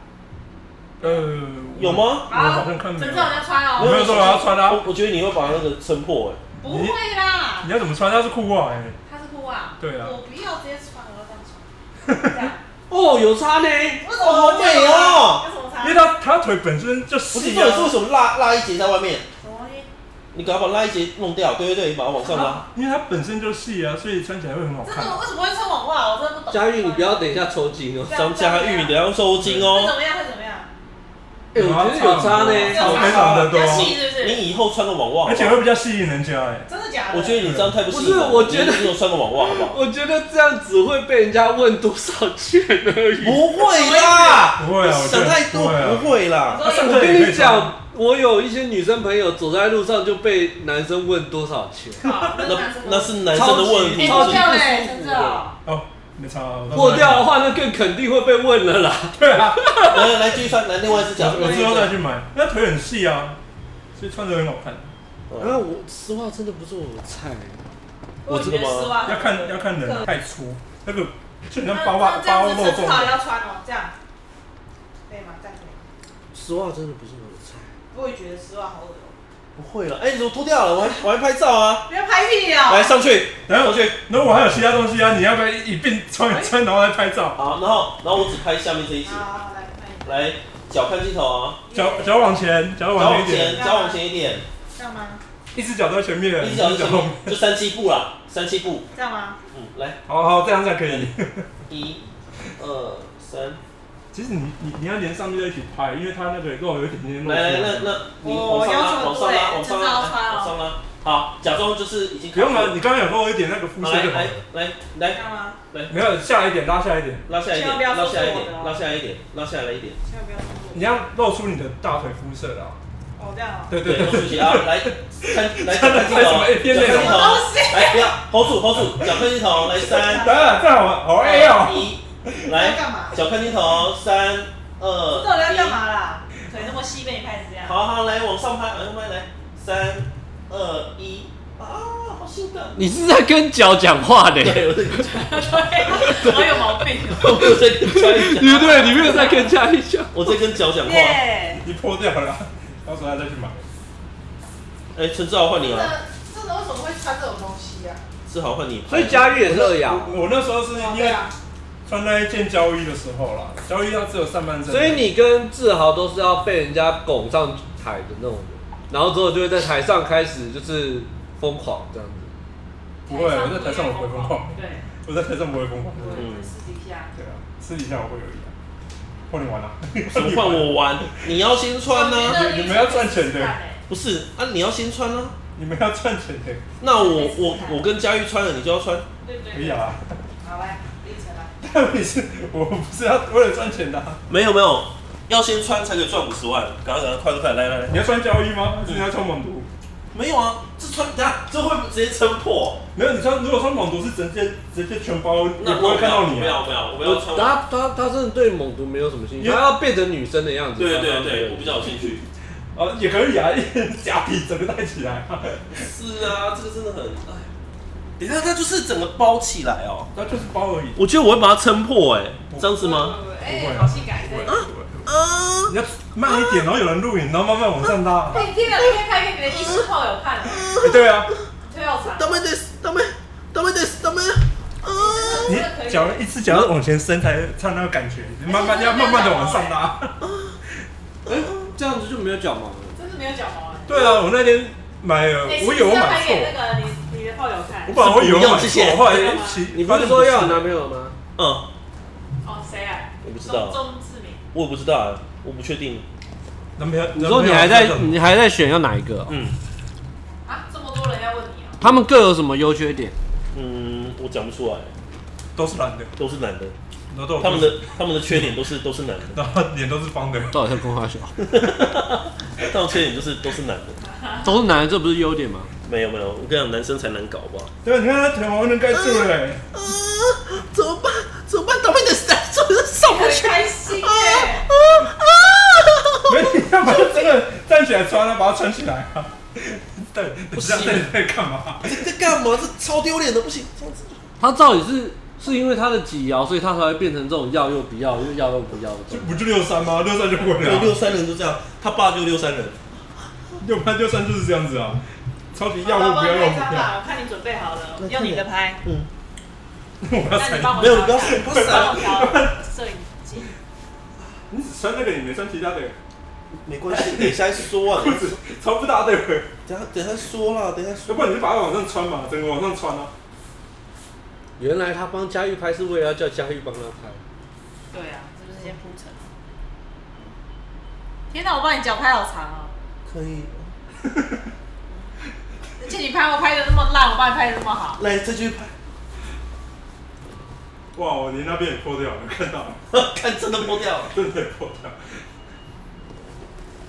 Speaker 4: 呃，
Speaker 3: 有？吗？
Speaker 4: 我好像看没有
Speaker 2: 真的要穿
Speaker 4: 我没
Speaker 2: 哦，
Speaker 4: 有说我要穿啊
Speaker 3: 我。我觉得你会把那个撑破哎。
Speaker 2: 不会啦，
Speaker 4: 你要怎么穿？它是裤袜哎。
Speaker 2: 他是裤袜，
Speaker 4: 对啊
Speaker 2: 我不要直接穿，我要这样穿，这样，
Speaker 1: 哦，有差呢。
Speaker 2: 为什么我这样
Speaker 3: 哦
Speaker 2: 有什么差？
Speaker 4: 因为他他腿本身就
Speaker 3: 不
Speaker 4: 细
Speaker 3: 是，
Speaker 4: 啊
Speaker 3: 重点是为什么拉拉一节在外面？
Speaker 2: 什么东西？
Speaker 3: 你赶快把拉一节弄掉。对对对，你把它往上拉。
Speaker 4: 因为它本身就细啊，所以穿起来会很好
Speaker 2: 真的
Speaker 4: 看。
Speaker 2: 为什么会穿网袜？我真的不懂。
Speaker 1: 佳玉，你不要等一下抽筋哦。
Speaker 3: 张佳玉，你等一下要收金
Speaker 2: 会
Speaker 3: 哦。
Speaker 2: 怎么样？会怎么样？
Speaker 1: 哎，我觉得有差呢。
Speaker 4: 非常的
Speaker 2: 比
Speaker 4: 多
Speaker 2: 较，细是不是？
Speaker 3: 你以后穿个网袜好
Speaker 4: 而
Speaker 3: 不
Speaker 4: 且
Speaker 3: 好，
Speaker 4: 会比较吸引人家哎。
Speaker 2: 真的假的？
Speaker 3: 我觉得你这样太不
Speaker 1: 不
Speaker 3: 行。
Speaker 1: 是我觉得
Speaker 3: 你有穿个网袜好不好？
Speaker 1: 我觉得这样只会被人家问多少钱而已。
Speaker 3: 不会啦，
Speaker 4: 不会啊，我觉
Speaker 3: 想
Speaker 4: 得
Speaker 3: 太多，
Speaker 4: 不会啊
Speaker 3: 不会啦。
Speaker 2: 你说
Speaker 4: 上
Speaker 1: 我
Speaker 4: 课
Speaker 1: 跟
Speaker 4: 也可
Speaker 1: 你
Speaker 4: 以穿。
Speaker 1: 讲，我有一些女生朋友走在路上就被男生问多少钱，
Speaker 2: 好那
Speaker 3: 那那是男生
Speaker 1: 超
Speaker 3: 的
Speaker 1: 级
Speaker 3: 问题，
Speaker 1: 超
Speaker 3: 不
Speaker 1: 级哎
Speaker 2: 掉
Speaker 3: 是
Speaker 1: 不
Speaker 2: 嘞，
Speaker 1: 舒
Speaker 2: 真
Speaker 1: 服
Speaker 2: 的
Speaker 1: 的。
Speaker 2: 哦。
Speaker 4: 哦，没差啊。
Speaker 1: 破掉的话，那更肯定会被问了啦。
Speaker 4: 对
Speaker 3: <laughs>
Speaker 4: 啊，
Speaker 3: 来来来，继续穿，来另外一只脚。
Speaker 4: 我之后再去买。那腿很细啊，所以穿着很好看。
Speaker 1: 啊，
Speaker 3: 嗯
Speaker 1: 我丝袜真的不是我的菜。
Speaker 3: 我
Speaker 2: 觉
Speaker 3: 知
Speaker 2: 得
Speaker 3: 道
Speaker 2: 丝
Speaker 3: 吗？
Speaker 2: 袜
Speaker 4: 要看要看人太粗，那个就像
Speaker 2: 那
Speaker 4: 包包
Speaker 2: 那这样
Speaker 4: 包
Speaker 2: 子
Speaker 4: 肉
Speaker 2: 趁至。
Speaker 4: 粽啊
Speaker 2: 少也要穿哦，这样可以吗？这样可以吗。
Speaker 1: 丝袜真的不是我的菜。
Speaker 2: 我也觉得丝袜好恶哦，
Speaker 3: 不会了，哎，你怎么脱掉了？我还我还拍照啊！
Speaker 2: 不要拍屁啊！
Speaker 3: 来上去，
Speaker 4: 然后
Speaker 3: 上去。
Speaker 4: 然后我还有其他东西啊，你要不要一并
Speaker 2: 哎
Speaker 4: 穿一穿，然后再拍照？
Speaker 3: 好，然后然后我只拍下面这一集，
Speaker 2: 好，来来，
Speaker 3: 来脚看镜头啊，
Speaker 4: 脚脚往前，脚
Speaker 3: 脚
Speaker 4: 往前
Speaker 3: 往
Speaker 4: 一点，
Speaker 3: 前，脚往前一点，
Speaker 2: 这样吗？
Speaker 4: 一只脚在前面，
Speaker 3: 一只脚
Speaker 4: 一
Speaker 3: 是
Speaker 4: 只脚
Speaker 3: 前
Speaker 4: 后
Speaker 3: 面 <laughs>
Speaker 4: 面。，
Speaker 3: 就三七步啦，三七步，
Speaker 2: 这样吗？
Speaker 3: 嗯，来
Speaker 4: 好好，这样才可以。
Speaker 3: 一、二、三，
Speaker 4: <laughs> 其实你你你要连上去在一起拍，因为它那个肉有一点点露出
Speaker 3: 来来，那
Speaker 4: 来。
Speaker 3: 那你
Speaker 2: 哦
Speaker 3: 往上
Speaker 2: 要
Speaker 3: 拉，
Speaker 2: 求
Speaker 3: 往上拉，
Speaker 2: 对
Speaker 3: 往上
Speaker 2: 真的
Speaker 3: 拉，
Speaker 2: 要
Speaker 3: 来
Speaker 2: 穿哦
Speaker 3: 往上拉，好，假装就是已经
Speaker 4: 不用了，你刚刚有露一点那个肤
Speaker 3: 好
Speaker 4: 色
Speaker 3: 来
Speaker 4: 就好
Speaker 3: 来
Speaker 4: 了。
Speaker 3: 来
Speaker 2: 这
Speaker 3: 来，
Speaker 2: 样吗？
Speaker 4: 没有下一点，拉下一点，
Speaker 3: 拉下来一点，
Speaker 2: 千万不
Speaker 3: 拉
Speaker 2: 要
Speaker 3: 下来一
Speaker 2: 说是我的
Speaker 3: 点，
Speaker 2: 哦
Speaker 3: 拉下来一点，拉下来一点，
Speaker 4: <laughs>
Speaker 2: 千万不要说
Speaker 4: 你要露出你的啊大腿肤色啦。
Speaker 2: 哦，这样哦。
Speaker 4: 对
Speaker 3: 对，
Speaker 4: 对
Speaker 3: 多休
Speaker 4: 对，
Speaker 3: 息啊，来看
Speaker 4: <laughs>
Speaker 3: 来脚看镜
Speaker 4: 拍什
Speaker 3: 头
Speaker 4: 么哎 A 片
Speaker 3: 脚
Speaker 4: 内
Speaker 3: 看
Speaker 2: 什么
Speaker 3: 镜
Speaker 4: 容
Speaker 3: 头，啊
Speaker 2: 东西？
Speaker 4: 哎
Speaker 3: 来不要 hold 住 hold 住，脚看镜头，来三。
Speaker 4: 等等，这好玩，好 A 哦。
Speaker 3: 一，
Speaker 2: 要干嘛
Speaker 3: 来，脚看镜头，三
Speaker 2: 不知道
Speaker 3: 二
Speaker 2: 要
Speaker 3: 一，
Speaker 2: 干嘛啦？腿那么细被你拍成这样，
Speaker 3: 好好来往上拍，往上拍，来，三二一，啊，好性感！
Speaker 5: 你是在跟脚讲话的，对
Speaker 1: <laughs>
Speaker 3: 对，我在跟
Speaker 2: 我有毛病哦。
Speaker 3: 我在跟脚
Speaker 5: 不
Speaker 3: 讲，
Speaker 5: 对？你没有在跟嘉义讲。
Speaker 3: 我在跟脚讲话。哎、
Speaker 2: 耶，
Speaker 4: 你破掉了，到时候再去买。
Speaker 3: 陈志豪换你
Speaker 2: 这
Speaker 3: 了，
Speaker 2: 这人为什么会穿这种东西啊？
Speaker 3: 志豪换你拍。
Speaker 1: 所以佳玉也是二
Speaker 4: 我
Speaker 1: 阳，
Speaker 4: 我那时候是因
Speaker 2: 对
Speaker 4: 为
Speaker 2: 啊，
Speaker 4: 穿那一件交易的时候啦，交易它只有上半身，
Speaker 1: 所以你跟志豪都是要被人家拱上台的那种人，然后之后就会在台上开始就是疯狂这样子。
Speaker 4: 不会，啊我在台上我不会疯狂，
Speaker 2: 对，
Speaker 4: 我在台上不会疯狂，
Speaker 2: 我私底下。
Speaker 4: 对啊，私底下我会有一样，换你玩啦、
Speaker 3: 怎么换我玩？你要先穿呢、
Speaker 4: 得你们要赚钱的
Speaker 3: 不是啊，你要先穿呢、
Speaker 4: <laughs> 你们要赚钱的，
Speaker 3: 那我我我跟佳玉穿了，你就要穿。
Speaker 2: 对对
Speaker 4: 可以。啊，
Speaker 2: 好来，啊立成来。
Speaker 4: 但问题是我不是要为了赚钱的、啊，
Speaker 3: 没有没有，要先穿才可以赚五十万。赶快赶快快快快，来来来。
Speaker 4: 你要穿交易吗？还是你要穿猛毒？
Speaker 3: 没有啊，这穿等下这会不会直接撑破？
Speaker 4: 没有，你穿如果穿猛毒是直接直接全包，你
Speaker 3: 那
Speaker 4: 不会看到你
Speaker 3: 不
Speaker 4: 啊。
Speaker 3: 要不要，我不要穿
Speaker 1: 我
Speaker 3: 我。
Speaker 1: 他他他真的对猛毒没有什么兴趣，
Speaker 4: 因为
Speaker 1: 他要变成女生的样子。
Speaker 3: 对
Speaker 1: 他
Speaker 3: 对
Speaker 1: 才
Speaker 3: 对，
Speaker 1: 会
Speaker 3: 我比较有兴趣。
Speaker 4: 啊，也可以啊，一人假体整个戴起来、啊， <laughs>
Speaker 3: 是啊，这个真的很哎。等一下，它就是整个包起来哦。
Speaker 4: 那就是包而已。
Speaker 3: 我觉得我会把它撑破，哎，这样子
Speaker 2: 是
Speaker 3: 吗？？
Speaker 2: 哎，好性感！
Speaker 4: 不会啊
Speaker 2: 对
Speaker 4: 不。会不会
Speaker 3: 啊
Speaker 4: 你要慢一点，然后有人录影，然后慢慢往上拉。
Speaker 2: 哎，天哪，这边拍给你的医师炮友看了，
Speaker 4: 哎对啊，
Speaker 2: 推我惨。
Speaker 3: ダメです、ダメ、ダメです、ダメ。
Speaker 2: 真
Speaker 4: 你
Speaker 2: 这个可以
Speaker 4: 脚一只脚要往前伸才才那个感觉，慢慢要慢慢的往上拉。
Speaker 1: 哎，这样子就没有脚毛了。
Speaker 2: 真的没有脚毛啊。
Speaker 4: 对啊，我那天买了，
Speaker 2: 哎
Speaker 4: 我以
Speaker 2: 是
Speaker 4: 为我
Speaker 2: 不是要
Speaker 4: 买
Speaker 2: 拍
Speaker 4: 错
Speaker 2: 给，那个你你的炮友看
Speaker 4: 我。本来我以为
Speaker 3: 是不
Speaker 4: 我买
Speaker 3: 用
Speaker 4: 错，
Speaker 3: 谢
Speaker 4: 我后来其
Speaker 1: 你不是说要有男朋友吗？
Speaker 3: 嗯，
Speaker 2: 哦，谁啊？
Speaker 3: 我不知道
Speaker 2: 钟志明。
Speaker 3: 我也不知道啊，我不确定。
Speaker 4: 男朋友，
Speaker 1: 你说你还在，你还在选要哪一个哦？
Speaker 3: 嗯
Speaker 2: 啊，这么多人要问你啊？
Speaker 1: 他们各有什么优缺点？
Speaker 3: 嗯，我讲不出来，
Speaker 4: 都是男的，
Speaker 3: 都是男的，
Speaker 4: 然后都有
Speaker 3: 他们的他们的缺点都是都是男的， <laughs>
Speaker 4: 然后脸都是方的，
Speaker 1: 到底在跟我小？
Speaker 3: 他们缺点就是都是男的。
Speaker 1: <laughs> 都是男的，这不是优点吗？
Speaker 3: 没有没有，我跟你讲，男生才难搞，好不好？
Speaker 4: 对，啊你看他腿毛能盖住了欸，
Speaker 3: 怎么办？怎么办？倒霉的是男生，
Speaker 2: 你 <laughs> 很开心
Speaker 3: <laughs>
Speaker 2: 耶！
Speaker 4: 没有，你要把他真的站起来穿啊，把它穿起来啊。 <laughs> 对，你这样在在干嘛？
Speaker 3: 这在干嘛？这超丢脸的，不行，这样子。
Speaker 1: 他到底是是因为他的挤摇，所以他才会变成这种要又不要，又要又不要的
Speaker 4: 这
Speaker 1: 状态。
Speaker 4: 不就六三吗？六三就过
Speaker 3: 有
Speaker 4: 了
Speaker 3: 六
Speaker 4: 啊，
Speaker 3: 三人就这样，他爸就六三人，
Speaker 4: 六八六三就是这样子啊，超级要
Speaker 2: 好
Speaker 4: 或
Speaker 2: 吧
Speaker 4: 不要，
Speaker 2: 帮
Speaker 4: 要
Speaker 2: 我拍
Speaker 4: 不
Speaker 2: 张
Speaker 4: 要。
Speaker 2: 吧，我看你准备好了，用你的拍。
Speaker 4: <laughs> 我要
Speaker 2: 那
Speaker 4: 踩
Speaker 2: 你帮我
Speaker 3: 没啊有，你不要
Speaker 2: 调
Speaker 3: 闪，不要
Speaker 2: 帮我调摄
Speaker 3: 闪， <laughs>
Speaker 2: 影机。
Speaker 4: 你只穿那个，你没穿其他的，
Speaker 3: 没关系，等一下再说啊，
Speaker 4: 裤子超不搭的，
Speaker 3: 等一下等一下说啦，等一下
Speaker 4: 要
Speaker 3: 说。
Speaker 4: 不然你就把它往上穿嘛，整个往上穿啊。
Speaker 1: 原来他帮佳玉拍是为了要叫佳玉帮他拍，
Speaker 2: 对啊，是不是先铺陈？天哪，我帮你脚拍好长哦！
Speaker 3: 可以，
Speaker 2: 而且你拍我拍的那么烂，我帮你拍的那么好，
Speaker 3: 来再去拍。
Speaker 4: 哇，我连那边也破掉了，看到了， <laughs>
Speaker 3: 看真的摸掉了，
Speaker 4: 真的破掉了，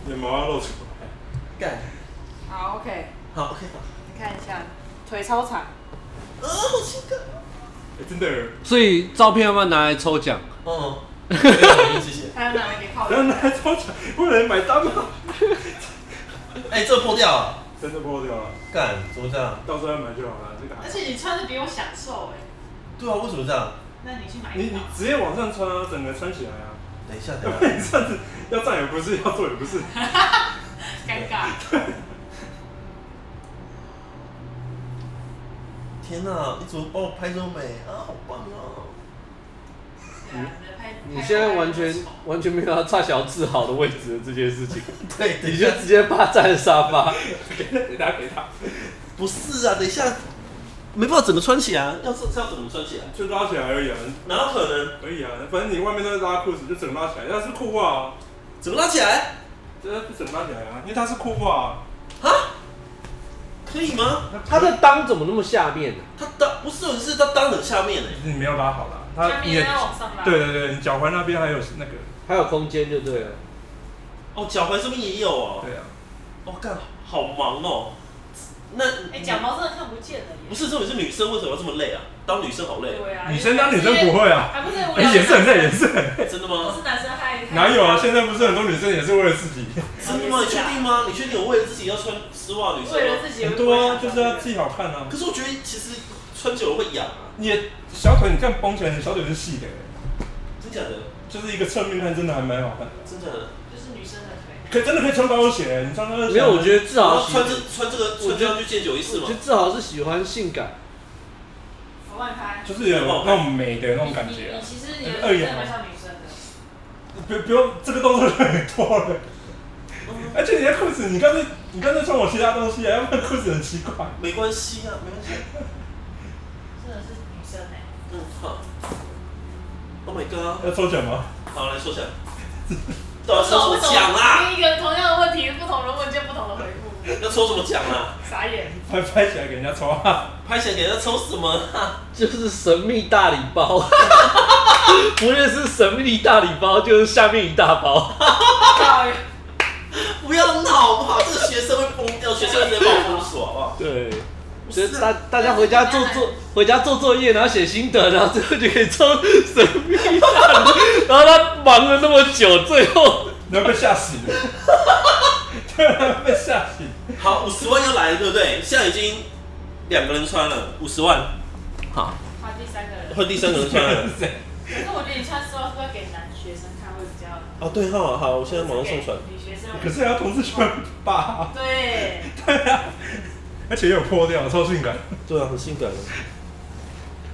Speaker 4: 眼毛要露出来。
Speaker 3: 干，
Speaker 2: 好 OK。
Speaker 3: 好，OK，好。
Speaker 2: 你看一下，腿超长，
Speaker 3: 啊，好性感。
Speaker 4: 欸真的，
Speaker 1: 所以照片要不要拿来抽奖？
Speaker 3: 哦，没有谢谢。
Speaker 2: 还有哪里给靠
Speaker 3: 嗯
Speaker 4: 然后
Speaker 2: 近？
Speaker 4: 拿来抽奖，会有人买单吗？
Speaker 3: 哎，这破掉了，
Speaker 4: 真的破掉了，
Speaker 3: 干，怎么这样？
Speaker 4: 到时候再买就好了。这个还
Speaker 2: 而且你穿的比我享受哎，
Speaker 3: 对啊，为什么这样？
Speaker 2: 那你去买
Speaker 4: 你
Speaker 2: 一
Speaker 4: 你
Speaker 2: 套。
Speaker 4: 直接往上穿啊，整个穿起来啊。 <laughs>
Speaker 3: 等一下，
Speaker 4: 要
Speaker 3: 等一
Speaker 4: 不
Speaker 3: 下，
Speaker 4: 然你这样子要站也不是，要坐也不是。
Speaker 2: 尴尬。
Speaker 3: 天哪，你怎么把我拍这么美啊？好棒 <laughs> 哦！嗯
Speaker 2: 啊
Speaker 1: 你现在完全完全没有要差小志好的位置的这件事情，
Speaker 3: 对，等
Speaker 1: 你
Speaker 3: 一
Speaker 1: 就
Speaker 3: 下，
Speaker 1: 直接霸占沙发。
Speaker 4: 拿给他，
Speaker 3: 不是啊，等一下，没办法整个穿起来，要是是要怎么穿起来？
Speaker 4: 就拉起来而已啊，
Speaker 3: 哪有可能？
Speaker 4: 可以啊。反正你外面都是拉裤子，就整个拉起来。那是裤袜啊，
Speaker 3: 怎么拉起来？
Speaker 4: 这不整个拉起来啊，因为它是裤袜啊。
Speaker 3: 可以吗？
Speaker 1: 他的裆怎么那么下面呢、啊
Speaker 3: 它裆不是，是它裆很下面哎、
Speaker 4: 你没有拉好啦，
Speaker 2: 下
Speaker 4: 它你
Speaker 2: 面
Speaker 4: 的
Speaker 2: 要往上拉。
Speaker 4: 对，对对，你脚踝那边还有那个，
Speaker 1: 还有空间就对了。
Speaker 3: 哦，脚踝这边也有哦。
Speaker 4: 对啊，
Speaker 3: 哦，干，好忙哦。那
Speaker 2: 哎，脚毛真的看不见了耶。
Speaker 3: 不是重点是女生为什么要这么累啊？当女生好累、啊，
Speaker 2: 对啊，
Speaker 4: 女生当女生不会啊，
Speaker 2: 啊，不是我
Speaker 4: 哎也是很累，也是很累。
Speaker 3: 真的
Speaker 2: 我
Speaker 3: 吗？
Speaker 2: 是男生嗨。
Speaker 4: 哪有啊？现在不是很多女生也是为了自
Speaker 2: <laughs>
Speaker 4: 己，
Speaker 3: 真的吗？你确定吗？你确定我为了自己要穿丝袜女生
Speaker 2: 为了
Speaker 3: 吗？
Speaker 2: 自己
Speaker 4: 很多啊，就是要自己好看啊
Speaker 3: 可。是我觉得其实穿久了会痒啊，
Speaker 4: 你的小腿，你看绷起来，你小腿是细的欸，
Speaker 3: 真假的？
Speaker 4: 就是一个侧面看，真的还蛮好看的。
Speaker 3: 真假的？
Speaker 2: 就是女生的腿。
Speaker 4: 可真的可以穿高跟鞋，你穿高跟鞋啊
Speaker 1: 没有，我觉得至
Speaker 3: 然
Speaker 1: 少
Speaker 3: 后
Speaker 1: 喜，
Speaker 3: 穿这穿这个穿这样去见酒一次
Speaker 1: 我
Speaker 3: 嘛
Speaker 1: 觉得。至少是喜欢性感。 <laughs>
Speaker 2: 我帮你拍。
Speaker 4: 就是有那种美的那种感觉
Speaker 2: 你
Speaker 4: 啊
Speaker 2: 你。其实你的腿真的蛮像女生的。
Speaker 4: 不不用，这个动作很多了。
Speaker 3: 哦
Speaker 4: 而且你的裤子，你刚才你刚才穿我其他东西啊，要不然裤子很奇怪。
Speaker 3: 没关系啊，没关系。
Speaker 2: 真的是女生哎。
Speaker 3: 嗯，好。Oh my god！
Speaker 4: 要抽奖吗？
Speaker 3: 好，来说
Speaker 4: <laughs>
Speaker 3: 讲。到底要抽什么奖啊？
Speaker 2: 同一个同样的问题，不同人问就不同的回复，
Speaker 3: 要抽什么奖啊？
Speaker 2: 傻眼。
Speaker 4: 拍拍起来给人家抽啊！
Speaker 3: 拍起来给人家抽什么啊？ <laughs>
Speaker 1: 就是神秘大礼包， <laughs> 不认识神秘大礼包，就是下面一大包。
Speaker 3: 不要闹好不好？这个学生会疯掉，学生会直接把我封锁好不好？
Speaker 1: 对，
Speaker 3: 不
Speaker 1: 所以
Speaker 3: 是
Speaker 1: 大
Speaker 3: 啊，
Speaker 1: 大家回家做作，回家做作业，然后写心得，然后最后就可以抽神秘大礼。 <laughs> 然后他忙了那么久，最后
Speaker 4: 你要被吓死的，对啊，被吓死。
Speaker 3: 好，五十万又来了，对不对？现在已经两个人穿了五十万，好，
Speaker 2: 他第三个人。
Speaker 3: 换第三个人穿
Speaker 4: <laughs>
Speaker 3: 了。
Speaker 4: 是谁？
Speaker 2: 可是我觉得你穿丝袜是不是要给男学生看会比较？
Speaker 3: 哦，对哈，好，我现在马上上传。
Speaker 2: 女学生。
Speaker 4: 可是还要同事圈吧？
Speaker 2: 对，
Speaker 4: 对啊，而且又有破掉，超性感。
Speaker 3: 对啊，很性感的。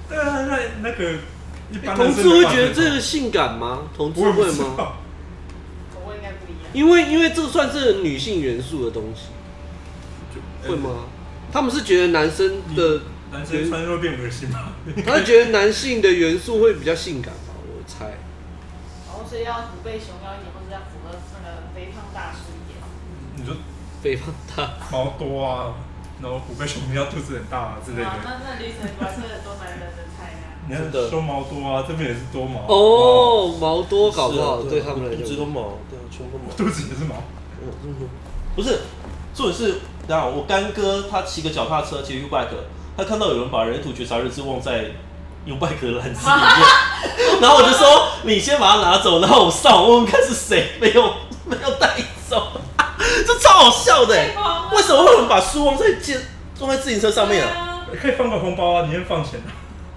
Speaker 4: 对啊，那那个一般
Speaker 1: 同
Speaker 4: 男生
Speaker 1: 志会觉得这
Speaker 4: 没
Speaker 1: 个性感吗？同志
Speaker 4: 办法，我也不
Speaker 1: 会
Speaker 4: 知
Speaker 1: 吗？
Speaker 4: 道。
Speaker 2: 口味应该不一样。
Speaker 1: 因为因为这算是女性元素的东西，
Speaker 4: 就
Speaker 1: 会？吗？他们是觉得男生的，
Speaker 4: 呃男生穿就会变恶心吗？
Speaker 1: 他是觉得男性的元素会比较性感吧？我猜。
Speaker 2: 然后所以要虎背熊腰一点，或者要符合那个肥胖大叔一点。
Speaker 4: 你说
Speaker 1: 肥胖大，
Speaker 4: 毛多啊，然后虎背熊腰，肚子很大啊之类
Speaker 2: 啊，
Speaker 4: 的。
Speaker 2: 那那李晨果然是很多男人的菜啊。
Speaker 4: 你
Speaker 1: 真
Speaker 4: 看
Speaker 1: 的
Speaker 4: 说毛多啊，这边也是多毛哇
Speaker 1: 哦，毛多搞不好
Speaker 3: 是啊
Speaker 1: 对他们来
Speaker 3: 肚子
Speaker 1: 讲
Speaker 3: 都，毛，对啊，全都毛。
Speaker 4: 肚子也是毛。
Speaker 3: 不是，重点是，等一下我干哥他骑个脚踏车，骑 U bike，他看到有人把人土绝杀日志忘在 U bike 的篮子里面，然后我就说你先把它拿走，然后我上网问问看是谁没有 <laughs> 没有带走，这超好笑的欸
Speaker 2: 太荒，谬
Speaker 3: <laughs> 为什么会有人把书忘在健忘在自行车上面啊？
Speaker 2: 啊，
Speaker 4: 可以放个红包啊，你先放钱啊。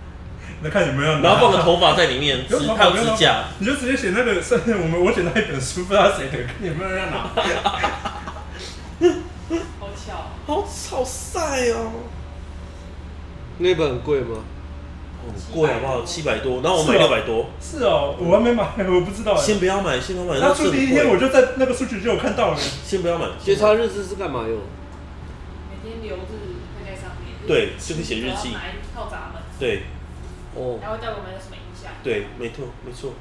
Speaker 4: <laughs> 那看有没有人拿，
Speaker 3: 然后放个头发在里面，
Speaker 4: <laughs> 有
Speaker 3: 指
Speaker 4: 头
Speaker 3: 还
Speaker 4: 发
Speaker 3: 有
Speaker 4: 没有
Speaker 3: 指甲，
Speaker 4: 你就直接写那个，甚至我们我写那一本书，不知道谁的，看有没有人要拿。
Speaker 3: <laughs>
Speaker 2: 好巧哦。
Speaker 3: 好好晒哦，
Speaker 1: 那本很贵吗？
Speaker 3: 很贵好不好？七百多，然后我买六百多，
Speaker 4: 是啊哦，我还没买，我不知道。
Speaker 3: 先不要买，先不要买，
Speaker 4: 他
Speaker 3: 这很
Speaker 4: 出第一天
Speaker 3: 贵
Speaker 4: 我就在那个数据就有看到了，
Speaker 3: 先不要买，
Speaker 1: 觉察日志是干嘛用？
Speaker 2: 每天留日会在上面。
Speaker 3: 对就可以写日记
Speaker 2: 然后拿一套闸门，
Speaker 3: 对。
Speaker 1: 哦，
Speaker 2: 然后对我们有什么影响？
Speaker 3: 对，没错，没错。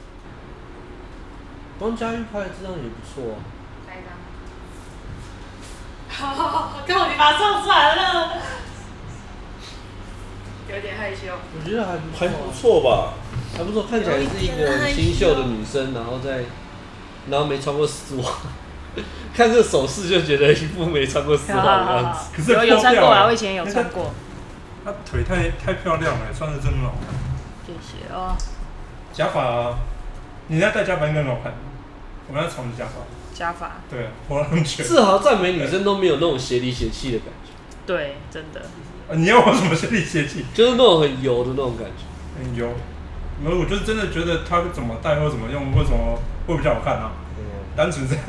Speaker 5: 帮佳玉拍的这张也不错啊。
Speaker 2: 哪一张？好好好，刚好你把它唱出来了，有点害羞。
Speaker 5: 我觉得还不
Speaker 3: 还不错啊吧？
Speaker 1: 还不错，看起来是一个很清秀的女生，然后在，然后没穿过丝袜， <laughs> 看这手势就觉得一副没穿过丝袜的样子。
Speaker 4: 可是
Speaker 6: 有有
Speaker 4: 脱
Speaker 6: 穿
Speaker 4: 掉
Speaker 6: 过啊，
Speaker 4: 了
Speaker 6: 我以前有穿过，
Speaker 4: 他腿太太漂亮了，穿的真好看。
Speaker 6: 谢谢哦。
Speaker 4: 假发、啊，你那戴假发应该很好看。我们要长的假发，
Speaker 6: 加法，
Speaker 4: 对啊，活了很久。
Speaker 1: 至少赞美女生都没有那种邪里邪气的感觉，
Speaker 6: 对，真的，
Speaker 4: 啊你要我什么心理邪气？
Speaker 1: 就是那种很油的那种感觉。
Speaker 4: 嗯，有。没有，我就真的觉得他怎么戴或怎么用或怎么会比较好看啊。单纯这样，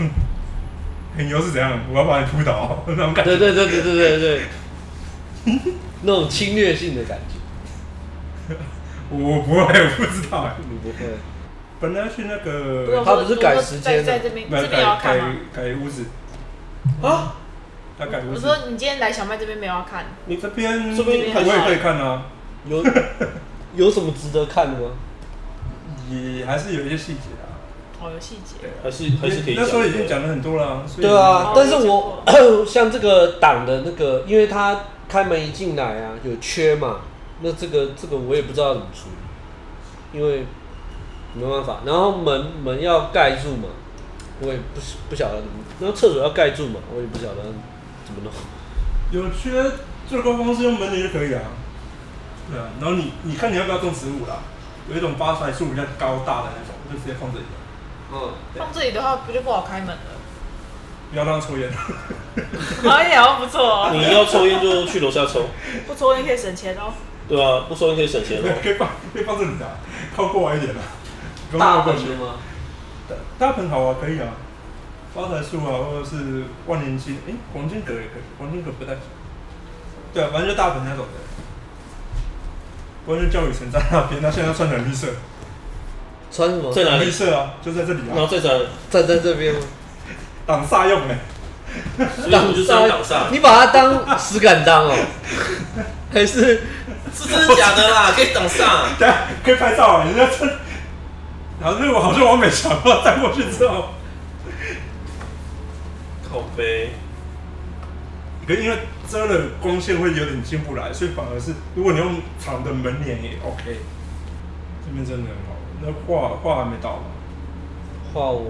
Speaker 4: 很油是怎样？我要把你扑倒、那种感
Speaker 1: 对
Speaker 4: 觉。
Speaker 1: 对对对对对对， <laughs> 那种侵略性的感觉，
Speaker 4: 我我不会，我不知道哎、
Speaker 1: 你不会？
Speaker 4: 本来要去那
Speaker 2: 如果
Speaker 4: 个，
Speaker 1: 他不是改时间
Speaker 2: 在
Speaker 1: 了
Speaker 2: 在这边
Speaker 4: 没
Speaker 6: 啊
Speaker 4: 有
Speaker 6: 这边有要
Speaker 4: 改
Speaker 6: 看
Speaker 4: 改
Speaker 6: 吗
Speaker 4: 改屋子，
Speaker 3: 啊，
Speaker 4: 他改屋
Speaker 6: 我
Speaker 4: 子。
Speaker 6: 说你今天来小麦这边没有要看，
Speaker 4: 你这边
Speaker 3: 这边
Speaker 4: 我也可以看啊，
Speaker 1: 有有什么值得看的吗？
Speaker 4: 也还是有一些细节啊。
Speaker 6: 哦，有细节，
Speaker 3: 还是还是可以。
Speaker 4: 那时候已经，讲了很多了啊，所以
Speaker 1: 对啊
Speaker 2: 哦，
Speaker 1: 但是我 <coughs> 像这个党的那个，因为他开门一进来啊，有缺嘛，那这个这个我也不知道怎么处理，因为没办法。然后门门要盖住嘛，我也不是不晓得怎么，然后厕所要盖住嘛，我也不晓得怎么弄。
Speaker 4: 有缺最高方式用门铃就可以啊。对啊，然后你你看你要不要种植物啦？有一种发财树比较高大的那种，就直接放这里，
Speaker 3: 哦
Speaker 1: 嗯，
Speaker 6: 放这里的话不就不好开门了？ <laughs>
Speaker 4: 不要让它抽烟。
Speaker 6: 哎呀，好像不错哦，
Speaker 3: 你要抽烟就去楼下抽，
Speaker 6: 不抽烟可以省钱哦。
Speaker 3: 对啊，不抽烟可以省钱哦。
Speaker 4: 可以放可以放这里啊，靠过来一点啊。不用
Speaker 1: 大
Speaker 4: 靠过
Speaker 1: 本
Speaker 4: 去
Speaker 1: 的吗？
Speaker 4: 大大盆好啊，可以啊，发财树啊，或者是万年青，诶，黄金葛也可以，黄金葛不太行。对啊，反正就大盆那种的。关键教育城在那边，他现在穿的很绿色，
Speaker 1: 穿什么？
Speaker 3: 在哪
Speaker 4: 很绿
Speaker 3: 里？
Speaker 4: 色啊，就在这里
Speaker 3: 然
Speaker 1: 哦
Speaker 3: 后
Speaker 4: 啊，
Speaker 3: 再找，
Speaker 1: 站在这边吗？
Speaker 4: 挡煞用哎、
Speaker 3: 所以我就在挡上。
Speaker 1: 你把它当石敢当
Speaker 3: <laughs>
Speaker 1: 哦，还是
Speaker 3: 是真的假的啦？可以挡上。
Speaker 4: 等一下可以拍照啊，人家穿。然后那个好像王美强啊，站过去之后，
Speaker 3: 口碑，
Speaker 4: 可因为遮了光线会有点进不来，所以反而是如果你用长的门帘也 OK。这边真的很好，那画画还没到吧？
Speaker 1: 画我？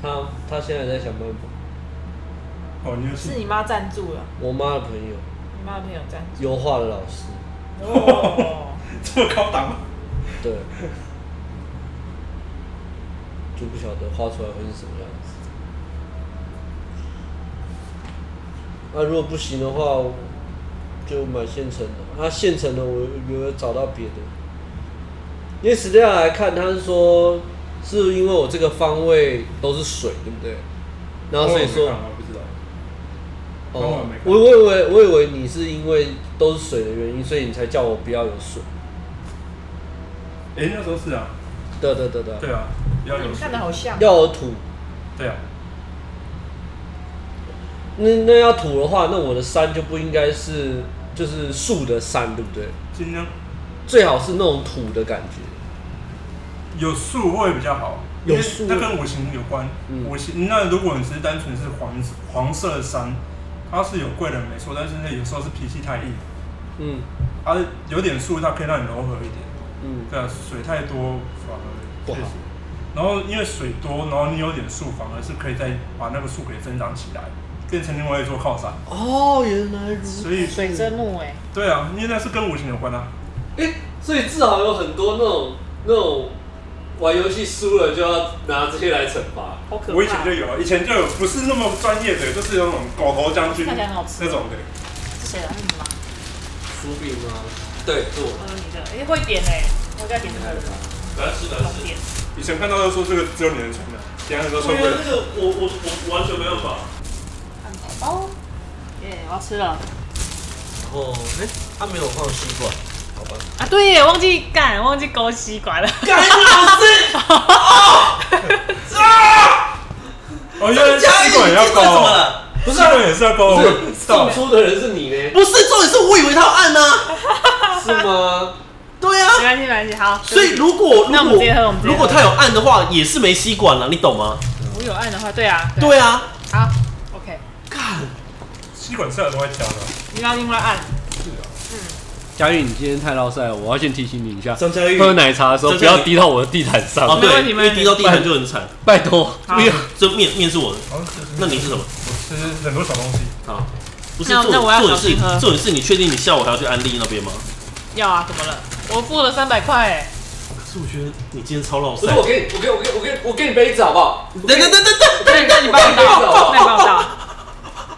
Speaker 1: 他他现在在想办法。
Speaker 4: 哦，你要
Speaker 6: 是
Speaker 4: <laughs>
Speaker 6: 你妈赞助了，
Speaker 1: 我妈的朋友，
Speaker 6: 你妈的朋友赞助。
Speaker 1: 油画的老师，
Speaker 6: 哦，
Speaker 4: 这么高档吗？
Speaker 1: 对，就不晓得画出来会是什么样子。那、啊如果不行的话，我就买现成的。那、现成的我有找到别的，因为实际上来看，他是说是因为我这个方位都是水，对不对？然后所以说，
Speaker 4: 哦啊我不知道，帮我
Speaker 1: 哦
Speaker 4: 没看，
Speaker 1: 我我以为我以为你是因为都是水的原因，所以你才叫我不要有水。
Speaker 4: 哎，那时候是啊，
Speaker 1: 对对对对，
Speaker 4: 对啊，要
Speaker 6: 哎
Speaker 2: 你
Speaker 4: 有
Speaker 2: 们嗯看的好像，
Speaker 6: 哦
Speaker 1: 要有土，
Speaker 4: 对啊，
Speaker 1: 那那要土的话，那我的山就不应该是就是树的山，对不对？
Speaker 4: 尽量
Speaker 1: 最好是那种土的感觉。
Speaker 4: 有树会比较好，
Speaker 1: 有树
Speaker 4: 因为那跟五行有关
Speaker 1: 嗯。
Speaker 4: 五行那如果你只是单纯是黄黄色山，它是有贵人没错，但是那有时候是脾气太硬，
Speaker 1: 嗯
Speaker 4: 它有点树它可以让你柔和一点。
Speaker 1: 嗯，
Speaker 4: 对啊，水太多反而
Speaker 1: 不好
Speaker 4: 确实。然后因为水多，然后你有点树，反而是可以再把那个树给增长起来，变成另外一座靠山。
Speaker 1: 哦，原来如此。
Speaker 4: 所以，
Speaker 2: 水蒸木哎，
Speaker 4: 对啊，因为那是跟五行有关啊。
Speaker 1: 哎、所以至少有很多那种那种玩游戏输了就要拿这些来惩罚。
Speaker 2: 好可怕。
Speaker 4: 我以前就有，以前就有，不是那么专业的，就是有那种狗头将军
Speaker 2: 看起来很好吃
Speaker 4: 那种 <laughs> 的。
Speaker 2: 是谁啊？是你吗？
Speaker 1: 薯饼吗？对，是我。
Speaker 2: 呃，你的哎会点哎，我该点这个
Speaker 3: 难吃难
Speaker 2: 重
Speaker 3: 吃。
Speaker 2: 点。
Speaker 4: 以前看到都说这个只有女人穿的，其他人都穿
Speaker 3: 对
Speaker 4: 不
Speaker 3: 啊，
Speaker 4: 了。
Speaker 3: 那个我我我完全没办法。
Speaker 2: 汉堡包，耶，我要吃了
Speaker 7: 然后哎，他没有放吸管，好吧。
Speaker 2: 啊！对耶，忘记干，忘记勾吸管了。
Speaker 3: 干你老师，
Speaker 6: <laughs>
Speaker 4: 哦，原 <laughs> 来吸管也要
Speaker 3: 这怎么
Speaker 4: 高，
Speaker 3: 了？
Speaker 4: 不是吸管也是要哦高，我不知道
Speaker 1: 送。出的人是你呢？
Speaker 7: 不是重点是我以为他按呢、啊，
Speaker 1: 是吗？
Speaker 7: 对啊
Speaker 2: 没。关系，没关系，好。
Speaker 3: 所以如果
Speaker 2: 那我
Speaker 3: 如
Speaker 2: 们直接喝我
Speaker 3: 果
Speaker 2: 们直接喝
Speaker 3: 如果他有按的话，也是没吸管啊了，你懂吗？
Speaker 2: 我有按的话，对啊，
Speaker 3: 对啊，
Speaker 2: 好，OK，
Speaker 4: 吸管是耳朵会挑的，
Speaker 2: 你要另外按。
Speaker 7: 佳玉，你今天太唠赛了，我要先提醒你一下，
Speaker 3: 张嘉玉
Speaker 7: 喝奶茶的时候
Speaker 3: 张
Speaker 7: 不
Speaker 3: 嘉玉
Speaker 7: 要滴到我的地毯上，
Speaker 3: 哦
Speaker 2: 没
Speaker 3: 对
Speaker 2: 问，题
Speaker 3: 因
Speaker 2: 没问
Speaker 3: 为
Speaker 2: 题
Speaker 3: 滴到地毯就很惨。
Speaker 7: 拜托，不要。
Speaker 3: 这面面是我的，
Speaker 4: 好像是
Speaker 3: 那你是什么？
Speaker 4: 吃很多小东西。
Speaker 3: 好，不是
Speaker 2: 那
Speaker 3: 重点
Speaker 2: 那我要
Speaker 3: 重点
Speaker 2: 小心
Speaker 3: 是
Speaker 2: 喝
Speaker 3: 重点是你确定你下午还要去安利那边吗？
Speaker 2: 要啊，怎么了？我付了三百块哎，
Speaker 3: 可是我觉得你今天超老
Speaker 1: 不
Speaker 3: 塞
Speaker 1: 是，。我给你，我给我给我给我给你杯子好不好？
Speaker 3: 等等等等等，
Speaker 2: 那那你帮我倒，那你帮我倒。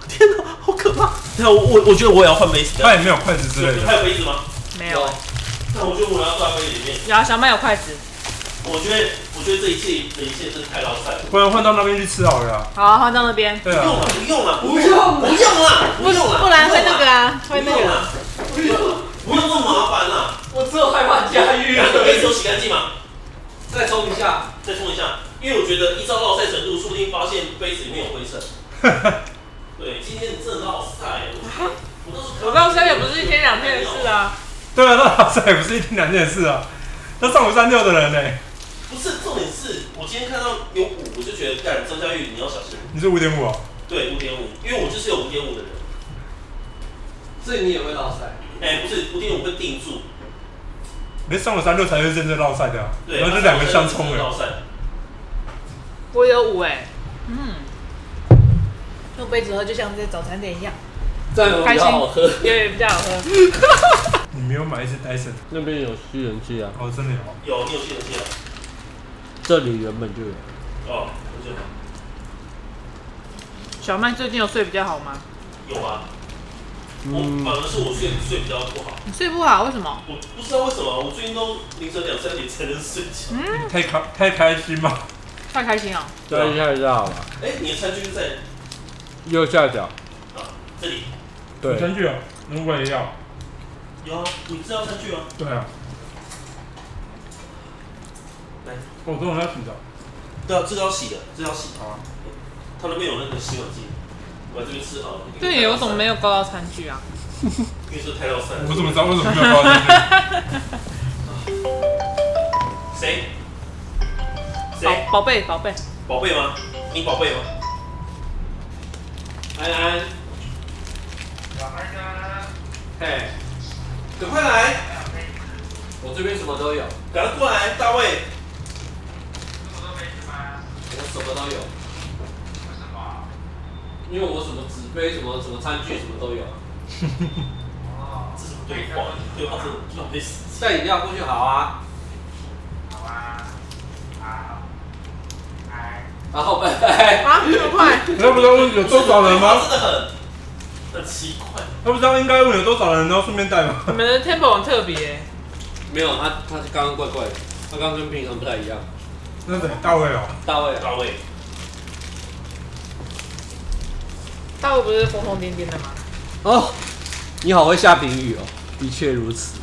Speaker 3: 天哪，好可怕！那我我我觉得我也要换杯子。
Speaker 4: 他也没有筷子之类的。
Speaker 3: 有杯子吗？
Speaker 2: 没有，
Speaker 3: 那我觉得我要放在杯子里面。
Speaker 2: 然后小麦有筷子。
Speaker 3: 我觉得我觉得这一季的一切真的太老塞了。
Speaker 4: 不然换到那边去吃好了啦。
Speaker 2: 好，换到那边，
Speaker 4: 对
Speaker 3: 不用 <laughs>
Speaker 4: 啊，
Speaker 3: 了，不用了，
Speaker 1: 不用了
Speaker 3: 不用了，
Speaker 2: 不
Speaker 3: 用了，
Speaker 2: 不然会那个啊，
Speaker 3: 不
Speaker 2: 会那
Speaker 3: 用
Speaker 2: 个。
Speaker 3: 了，
Speaker 1: 不用，
Speaker 3: 不用那么麻
Speaker 1: <laughs>
Speaker 3: 烦了。
Speaker 1: 我只有害怕佳玉
Speaker 3: 两个杯子都洗干净嘛，
Speaker 1: 再冲一下，
Speaker 3: 再冲一下，因为我觉得依照落塞程度，说不定发现杯子里面有灰尘。对，今天你真的落塞，我
Speaker 2: <laughs>
Speaker 3: 我都是
Speaker 2: 我到现在也不是一天两天的事，啊。
Speaker 4: 对啊，那老师也不是一天两件事啊。那上午三六的人呢、
Speaker 3: 不是重点是，我今天看到有五，我就觉得干张佳玉你要小心。
Speaker 4: 你是五点五啊？
Speaker 3: 对，五点五，因为我就是有五点五的人。
Speaker 1: 所以你也会落塞。
Speaker 3: 哎、不是五点五会定住，
Speaker 4: 你是上午三六才是真正落赛的、啊，
Speaker 3: 对，
Speaker 4: 然后就两个相
Speaker 3: 落
Speaker 4: 冲了。
Speaker 3: 塞，
Speaker 2: 我有五哎，嗯，用杯子喝就像在早餐店一样，
Speaker 1: 这样比较好喝。
Speaker 2: 也比较好喝。
Speaker 4: 你没有买一只 Dyson，
Speaker 7: 那边有吸尘器啊，
Speaker 4: 哦，真的有啊。
Speaker 3: 有你有吸尘器啊？
Speaker 7: 这里原本就有。
Speaker 3: 哦，我觉得
Speaker 2: 小麦最近有睡比较好吗？
Speaker 3: 有啊。我
Speaker 7: 嗯
Speaker 3: 反，而是我睡睡比较不好，
Speaker 2: 你睡不好，为什么？
Speaker 3: 我不知道为什么，我最近都凌晨两三点才能睡觉。
Speaker 2: 嗯
Speaker 4: 你太开太开心嘛？
Speaker 2: 太开心哦。
Speaker 7: 再下一下好吧，
Speaker 3: 哎、你的餐具是在
Speaker 7: 右下角。
Speaker 3: 啊这里？
Speaker 4: 有
Speaker 7: 对，
Speaker 4: 餐具啊，如果也要。
Speaker 3: 有啊，你知道餐具吗？
Speaker 4: 对啊，
Speaker 3: 来，
Speaker 4: 我中哦午要洗澡。
Speaker 3: 对啊，这个要洗的，这个要洗。
Speaker 4: 好啊，
Speaker 3: 他那边有那个洗碗机，我来这边吃好了。
Speaker 2: 对，有种没有高到餐具啊？
Speaker 3: 因为是太到三。
Speaker 4: 我怎么知道为什么没有包进
Speaker 3: 谁？谁
Speaker 2: 宝？宝贝，宝贝，
Speaker 3: 宝贝吗？你宝贝吗？安安，
Speaker 1: 嘿，
Speaker 3: 赶快来，
Speaker 1: 我这边什么都有，
Speaker 3: 赶快过来，大卫。
Speaker 1: 我什么都有。因为我什么纸杯、什么什么餐具、什么都有。
Speaker 3: 这是对话，对话是浪费时间。
Speaker 1: 带饮料过去好啊。好啊。啊好。然后拜拜。
Speaker 2: 啊，这么快？
Speaker 4: 去？他不知道问有多少人吗
Speaker 3: 真？的很很奇怪。
Speaker 4: 他不知道应该问有多少人，然后顺便带吗？ <laughs>
Speaker 2: 你们的 tempo 很特别欸，
Speaker 1: 没有，他他是刚刚怪怪的，他刚刚跟平常不太一样。
Speaker 4: 那得大卫哦，
Speaker 1: 大卫，啊
Speaker 3: 大卫，
Speaker 2: 大卫不是疯疯癫癫的吗？
Speaker 1: 哦，你好会下评语哦。
Speaker 7: 的确如此。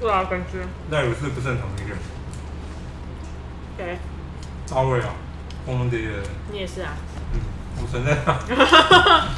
Speaker 2: 对啊，感觉
Speaker 4: 那有一次不是很常的一个人，
Speaker 2: 对，
Speaker 4: 阿伟啊，我们的，
Speaker 2: 你也是啊。
Speaker 4: 嗯，我存在啊。